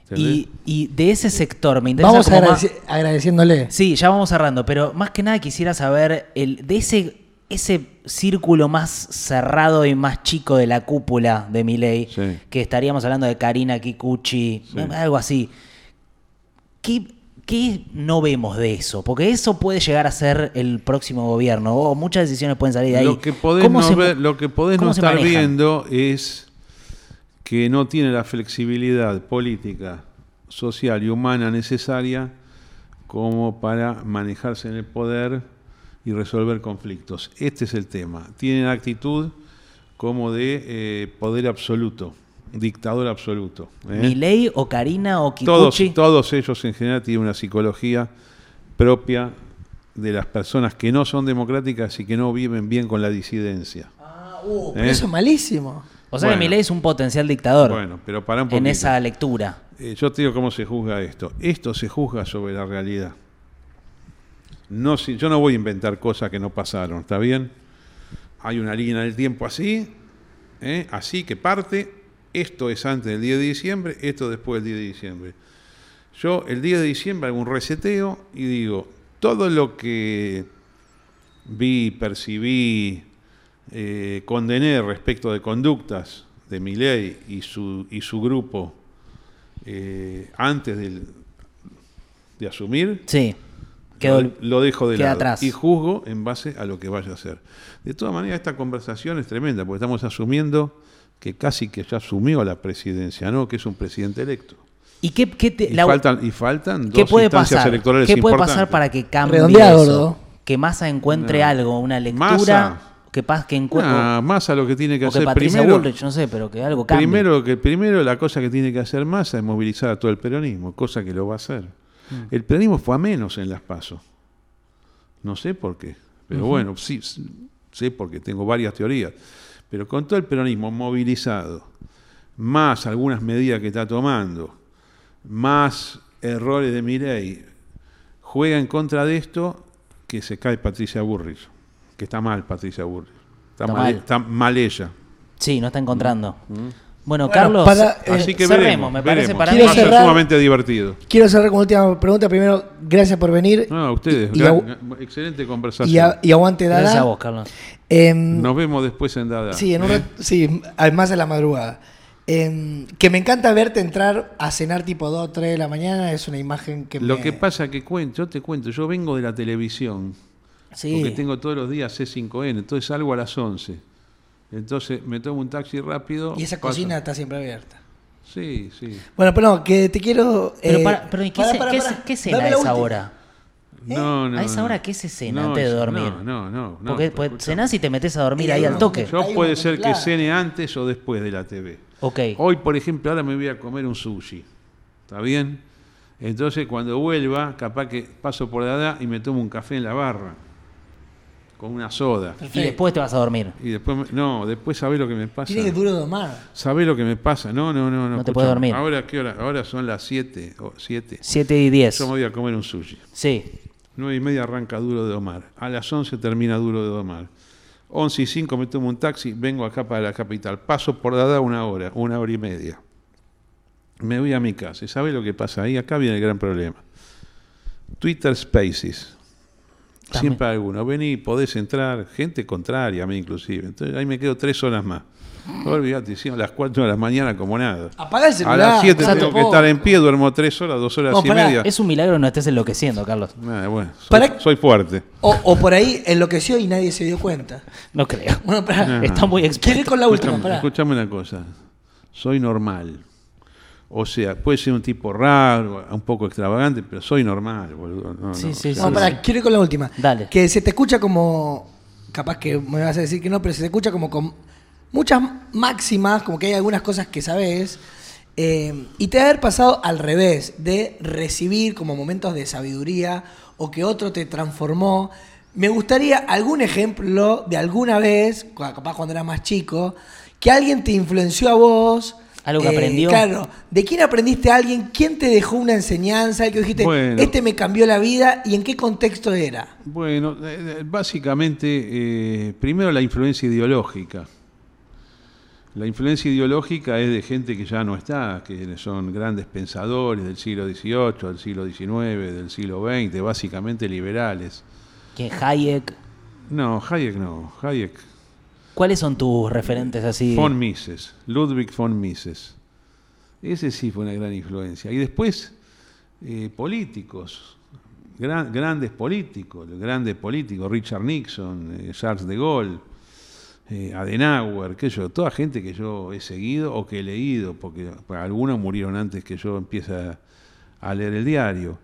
¿Entendés? Y, y de ese sector me interesa Vamos como más- agradeci- agradeciéndole. Sí, ya vamos cerrando, pero más que nada quisiera saber el, de ese, ese círculo más cerrado y más chico de la cúpula de Milei, Sí. que estaríamos hablando de Karina Kikuchi, Sí. algo así. ¿Qué, qué no vemos de eso? Porque eso puede llegar a ser el próximo gobierno, o muchas decisiones pueden salir de ahí. Lo que podés ¿Cómo no, se- ver- lo que podés cómo no se estar manejan? viendo es que no tiene la flexibilidad política, social y humana necesaria como para manejarse en el poder y resolver conflictos. Este es el tema. Tienen actitud como de eh, poder absoluto, dictador absoluto. ¿eh? ¿Milei o Karina o todos, Kikuchi? todos ellos en general tienen una psicología propia de las personas que no son democráticas y que no viven bien con la disidencia. Ah, uh, pero ¿Eh? eso es malísimo. o sea bueno. que Milei es un potencial dictador Bueno, pero para un en poquito. esa lectura. Eh, yo te digo cómo se juzga esto. Esto se juzga sobre la realidad. No, si, yo no voy a inventar cosas que no pasaron, ¿está bien? Hay una línea del tiempo así, ¿eh? así que parte. Esto es antes del 10 de diciembre, esto después del 10 de diciembre. Yo el 10 de diciembre hago un reseteo y digo, todo lo que vi, percibí, eh, condené respecto de conductas de Milei y su, y su grupo eh, antes del- de asumir, Sí. Quedó lo, el- lo dejo de queda lado atrás. y juzgo en base a lo que vaya a hacer. De todas maneras, esta conversación es tremenda, porque estamos asumiendo que casi que ya asumió la presidencia, ¿no? Que es un presidente electo. ¿Y qué, qué te- Y, la- faltan, y faltan ¿qué dos puede instancias pasar? electorales ¿Qué puede importantes. pasar para que cambie Redondea, eso? gordo. Que Massa encuentre No. algo, una lectura Massa. que paz que encuentre Nada más a lo que tiene que o que hacer Patricia primero. Bullrich, no sé, pero que algo cambie. Primero, que, primero la cosa que tiene que hacer Massa es movilizar a todo el peronismo, cosa que lo va a hacer. El peronismo fue a menos en las pasos. No sé por qué, pero bueno, sí, s- sé porque tengo varias teorías. Pero con todo el peronismo movilizado, más algunas medidas que está tomando, más errores de Mirey, juega en contra de esto que se cae Patricia Burris, que está mal Patricia Burris, está, Está mal, mal. está mal ella. Sí, está encontrando. Mm. Bueno, Bueno, Carlos, para, eh, Así que cerremos, veremos, me parece veremos. para Va Quiero a mí. ser cerrar- sumamente divertido. Quiero cerrar con última pregunta. Primero, gracias por venir. No, a ustedes. Y, y gran- agu- gran- excelente conversación. y a- y aguante Gracias a eh, Dada. vos, Carlos. Em, Nos vemos después en Dada. Sí, en un rat- sí, además de la madrugada. Em, que me encanta verte entrar a cenar tipo 2 3 de la mañana, es una imagen que Lo me... que pasa que cuento, yo te cuento, yo vengo de la televisión, porque Sí. tengo todos los días C5N, entonces salgo a las 11. Entonces me tomo un taxi rápido. Y esa paso- cocina ¿Eh? está siempre abierta. Sí, sí. Bueno, pero no, que te quiero... Pero, eh, para, pero ¿y ¿qué, pará, se- pará, qué pará. se- qué cena Dame a la esa última. hora? No, no, ¿A esa no. hora qué se cena No, antes de yo- dormir? No, no, no. no, Porque pues, escuchá. cenás y te metes a dormir ahí Eh, al no, toque. Hay Yo un puede ser que plan. cene antes o después de la TV. Ok. Hoy, por ejemplo, ahora me voy a comer un sushi. ¿Está bien? Entonces, cuando vuelva, capaz que paso por la edad y me tomo un café en la barra. Con una soda. Y después te vas a dormir. Y después, me- no, después sabés lo que me pasa. Tiene que duro domar. Sabés lo que me pasa. No, no, no. No, No te podés escuchame. dormir. Ahora, ¿qué hora? Ahora son las 7. o 7. 7 y 10. Yo me voy a comer un sushi. Sí. 9 y media arranca Duro de Omar. A las 11 termina Duro de Omar. 11 y 5 me tomo un taxi, vengo acá para la capital. Paso por Dada una hora, una hora y media. Me voy a mi casa. ¿Y sabe lo que pasa ahí? Acá viene el gran problema. Twitter Spaces. También. Siempre alguno. Vení, podés entrar. Gente contraria a mí inclusive. Entonces ahí me quedo tres horas más. Olvídate, hicieron las 4 de la mañana como nada. Apaga Ah, el celular. A las 7 Exacto, tengo que po. estar en pie, duermo tres horas, dos horas No, y pará, media. Es un milagro que no estés enloqueciendo, Carlos. Ah, bueno, soy- Pará. soy fuerte. O, o por ahí enloqueció y nadie se dio cuenta. No creo. Bueno, pará. No. <laughs> Está muy Quiero expuesto. ir con la última, Escuchame- pará. escuchame una cosa. Soy normal. O sea, puede ser un tipo raro, un poco extravagante, pero soy normal, boludo. No, Sí, no, sí, o sea, No, pará, quiero ir con la última. Dale. Que se te escucha como. Capaz que me vas a decir que no, pero se te escucha como con muchas máximas, como que hay algunas cosas que sabes. Eh, y te haber pasado al revés, de recibir como momentos de sabiduría o que otro te transformó. Me gustaría algún ejemplo de alguna vez, cu- capaz cuando eras más chico, que alguien te influenció a vos. eh, Algo que aprendió. Claro. ¿De quién aprendiste a alguien? ¿Quién te dejó una enseñanza? ¿El que dijiste, Bueno. este me cambió la vida? ¿Y en qué contexto era? Bueno, eh, eh, básicamente, eh, primero la influencia ideológica. La influencia ideológica es de gente que ya no está, que son grandes pensadores del siglo XVIII, del siglo XIX, del siglo XX, básicamente liberales. Que Hayek. No, Hayek no, Hayek. ¿Cuáles son tus referentes así? Von Mises, Ludwig von Mises. Ese sí fue una gran influencia. Y después, eh, políticos, gran- grandes políticos, grandes políticos, Richard Nixon, eh, Charles de Gaulle, eh, Adenauer, qué sé yo, toda gente que yo he seguido o que he leído, porque algunos murieron antes que yo empiece a, a leer el diario.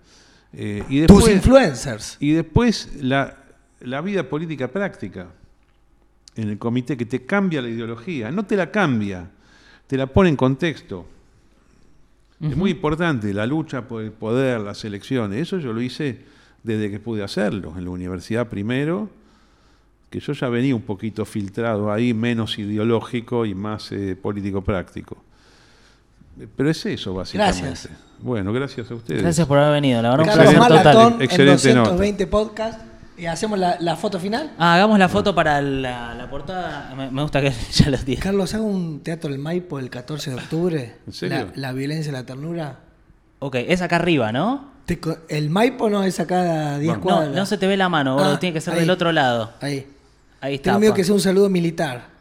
Eh, y Tus después, influencers. y después la, la vida política práctica en el comité que te cambia la ideología, no te la cambia, te la pone en contexto. Es muy importante la lucha por el poder, las elecciones. Eso yo lo hice desde que pude hacerlo, en la universidad primero, que yo ya venía un poquito filtrado ahí, menos ideológico y más eh, político práctico. Eh, Pero es eso, básicamente. Gracias. Bueno, gracias a ustedes. Gracias por haber venido, la verdad, un Carlos Excelente. placer total. Malatón en Excelente nota. 220 podcast. Y hacemos la, la foto final. Ah, hagamos la foto para la, la portada. Me, me gusta que <laughs> ya lo tiene. Carlos, hago un teatro del Maipo el 14 de octubre. ¿En serio? La, la violencia y la ternura. Ok, es acá arriba, ¿no? Te co- el Maipo no es acá a 10 No, cuadras. no se te ve la mano, boludo, Ah, tiene que ser ahí. del otro lado. Ahí. Ahí está. Tengo miedo pa. que sea un saludo militar.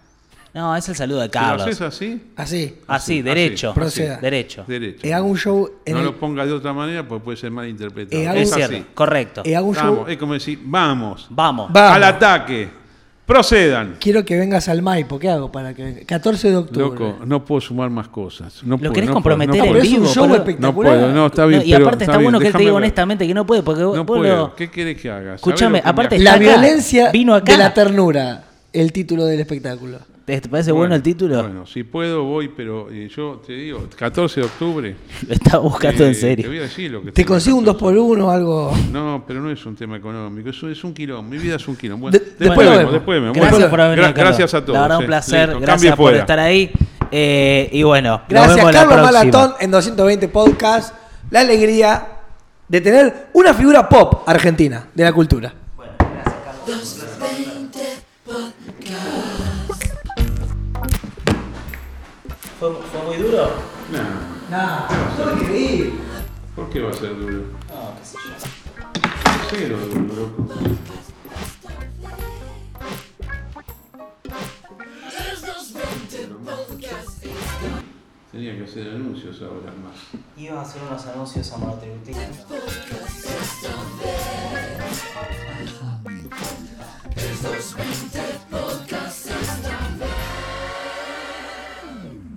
No, es el saludo de Si lo haces Carlos. así, Así. Así, Así, derecho. así. Proceda. Derecho. derecho. Eh, hago un show en no el- lo ponga de otra manera porque puede ser mal interpretado. Eh, hago- Es Es cierto, correcto. eh, hago un show- Vamos, es como decir, vamos, Vamos. Va- Vamos. al ataque, procedan. Quiero que vengas al Maipo. ¿Qué hago para que venga? 14 de octubre. Loco, no puedo sumar más cosas. No ¿Lo puedo, querés no puedo, comprometer no en puedo. Pero es un vivo? show boludo? espectacular. No puedo, no, está bien. No, y pero aparte está, bien, bueno que él te déjame diga ver. honestamente que no puede, porque vos No vos puedo. lo- ¿Qué querés que haga? ¿Sabés Escuchame, lo que me aparte- hace? La Está acá. violencia Vino acá. de la ternura. El título del espectáculo. ¿Te te parece bueno, el título? Bueno, si puedo voy, pero eh, yo te digo, 14 de octubre. <laughs> Lo estaba buscando eh, en serio. Te voy a decir lo que Te tengo consigo un 2 14. por 1 o algo. No, pero no es un tema económico, eso es un quilombo. Mi vida es un quilombo. De- después vemos, vemos. después vemos. Gracias Bueno, por haber gra- venido, Carlos. Gracias a todos. La verdad, eh. un placer. Listo, cambie gracias por fuera. estar ahí. Eh, y bueno, nos Gracias, vemos Carlos la próxima. Malatón en 220 Podcast. La alegría de tener una figura pop argentina de la cultura. ¿Fue, muy duro? Nah, Nah, no increíble. ¿Por qué va a ser duro? No, qué sé yo. Cero duro, loco. Tenía que hacer anuncios ahora más. Iba a hacer unos anuncios a monotributistas.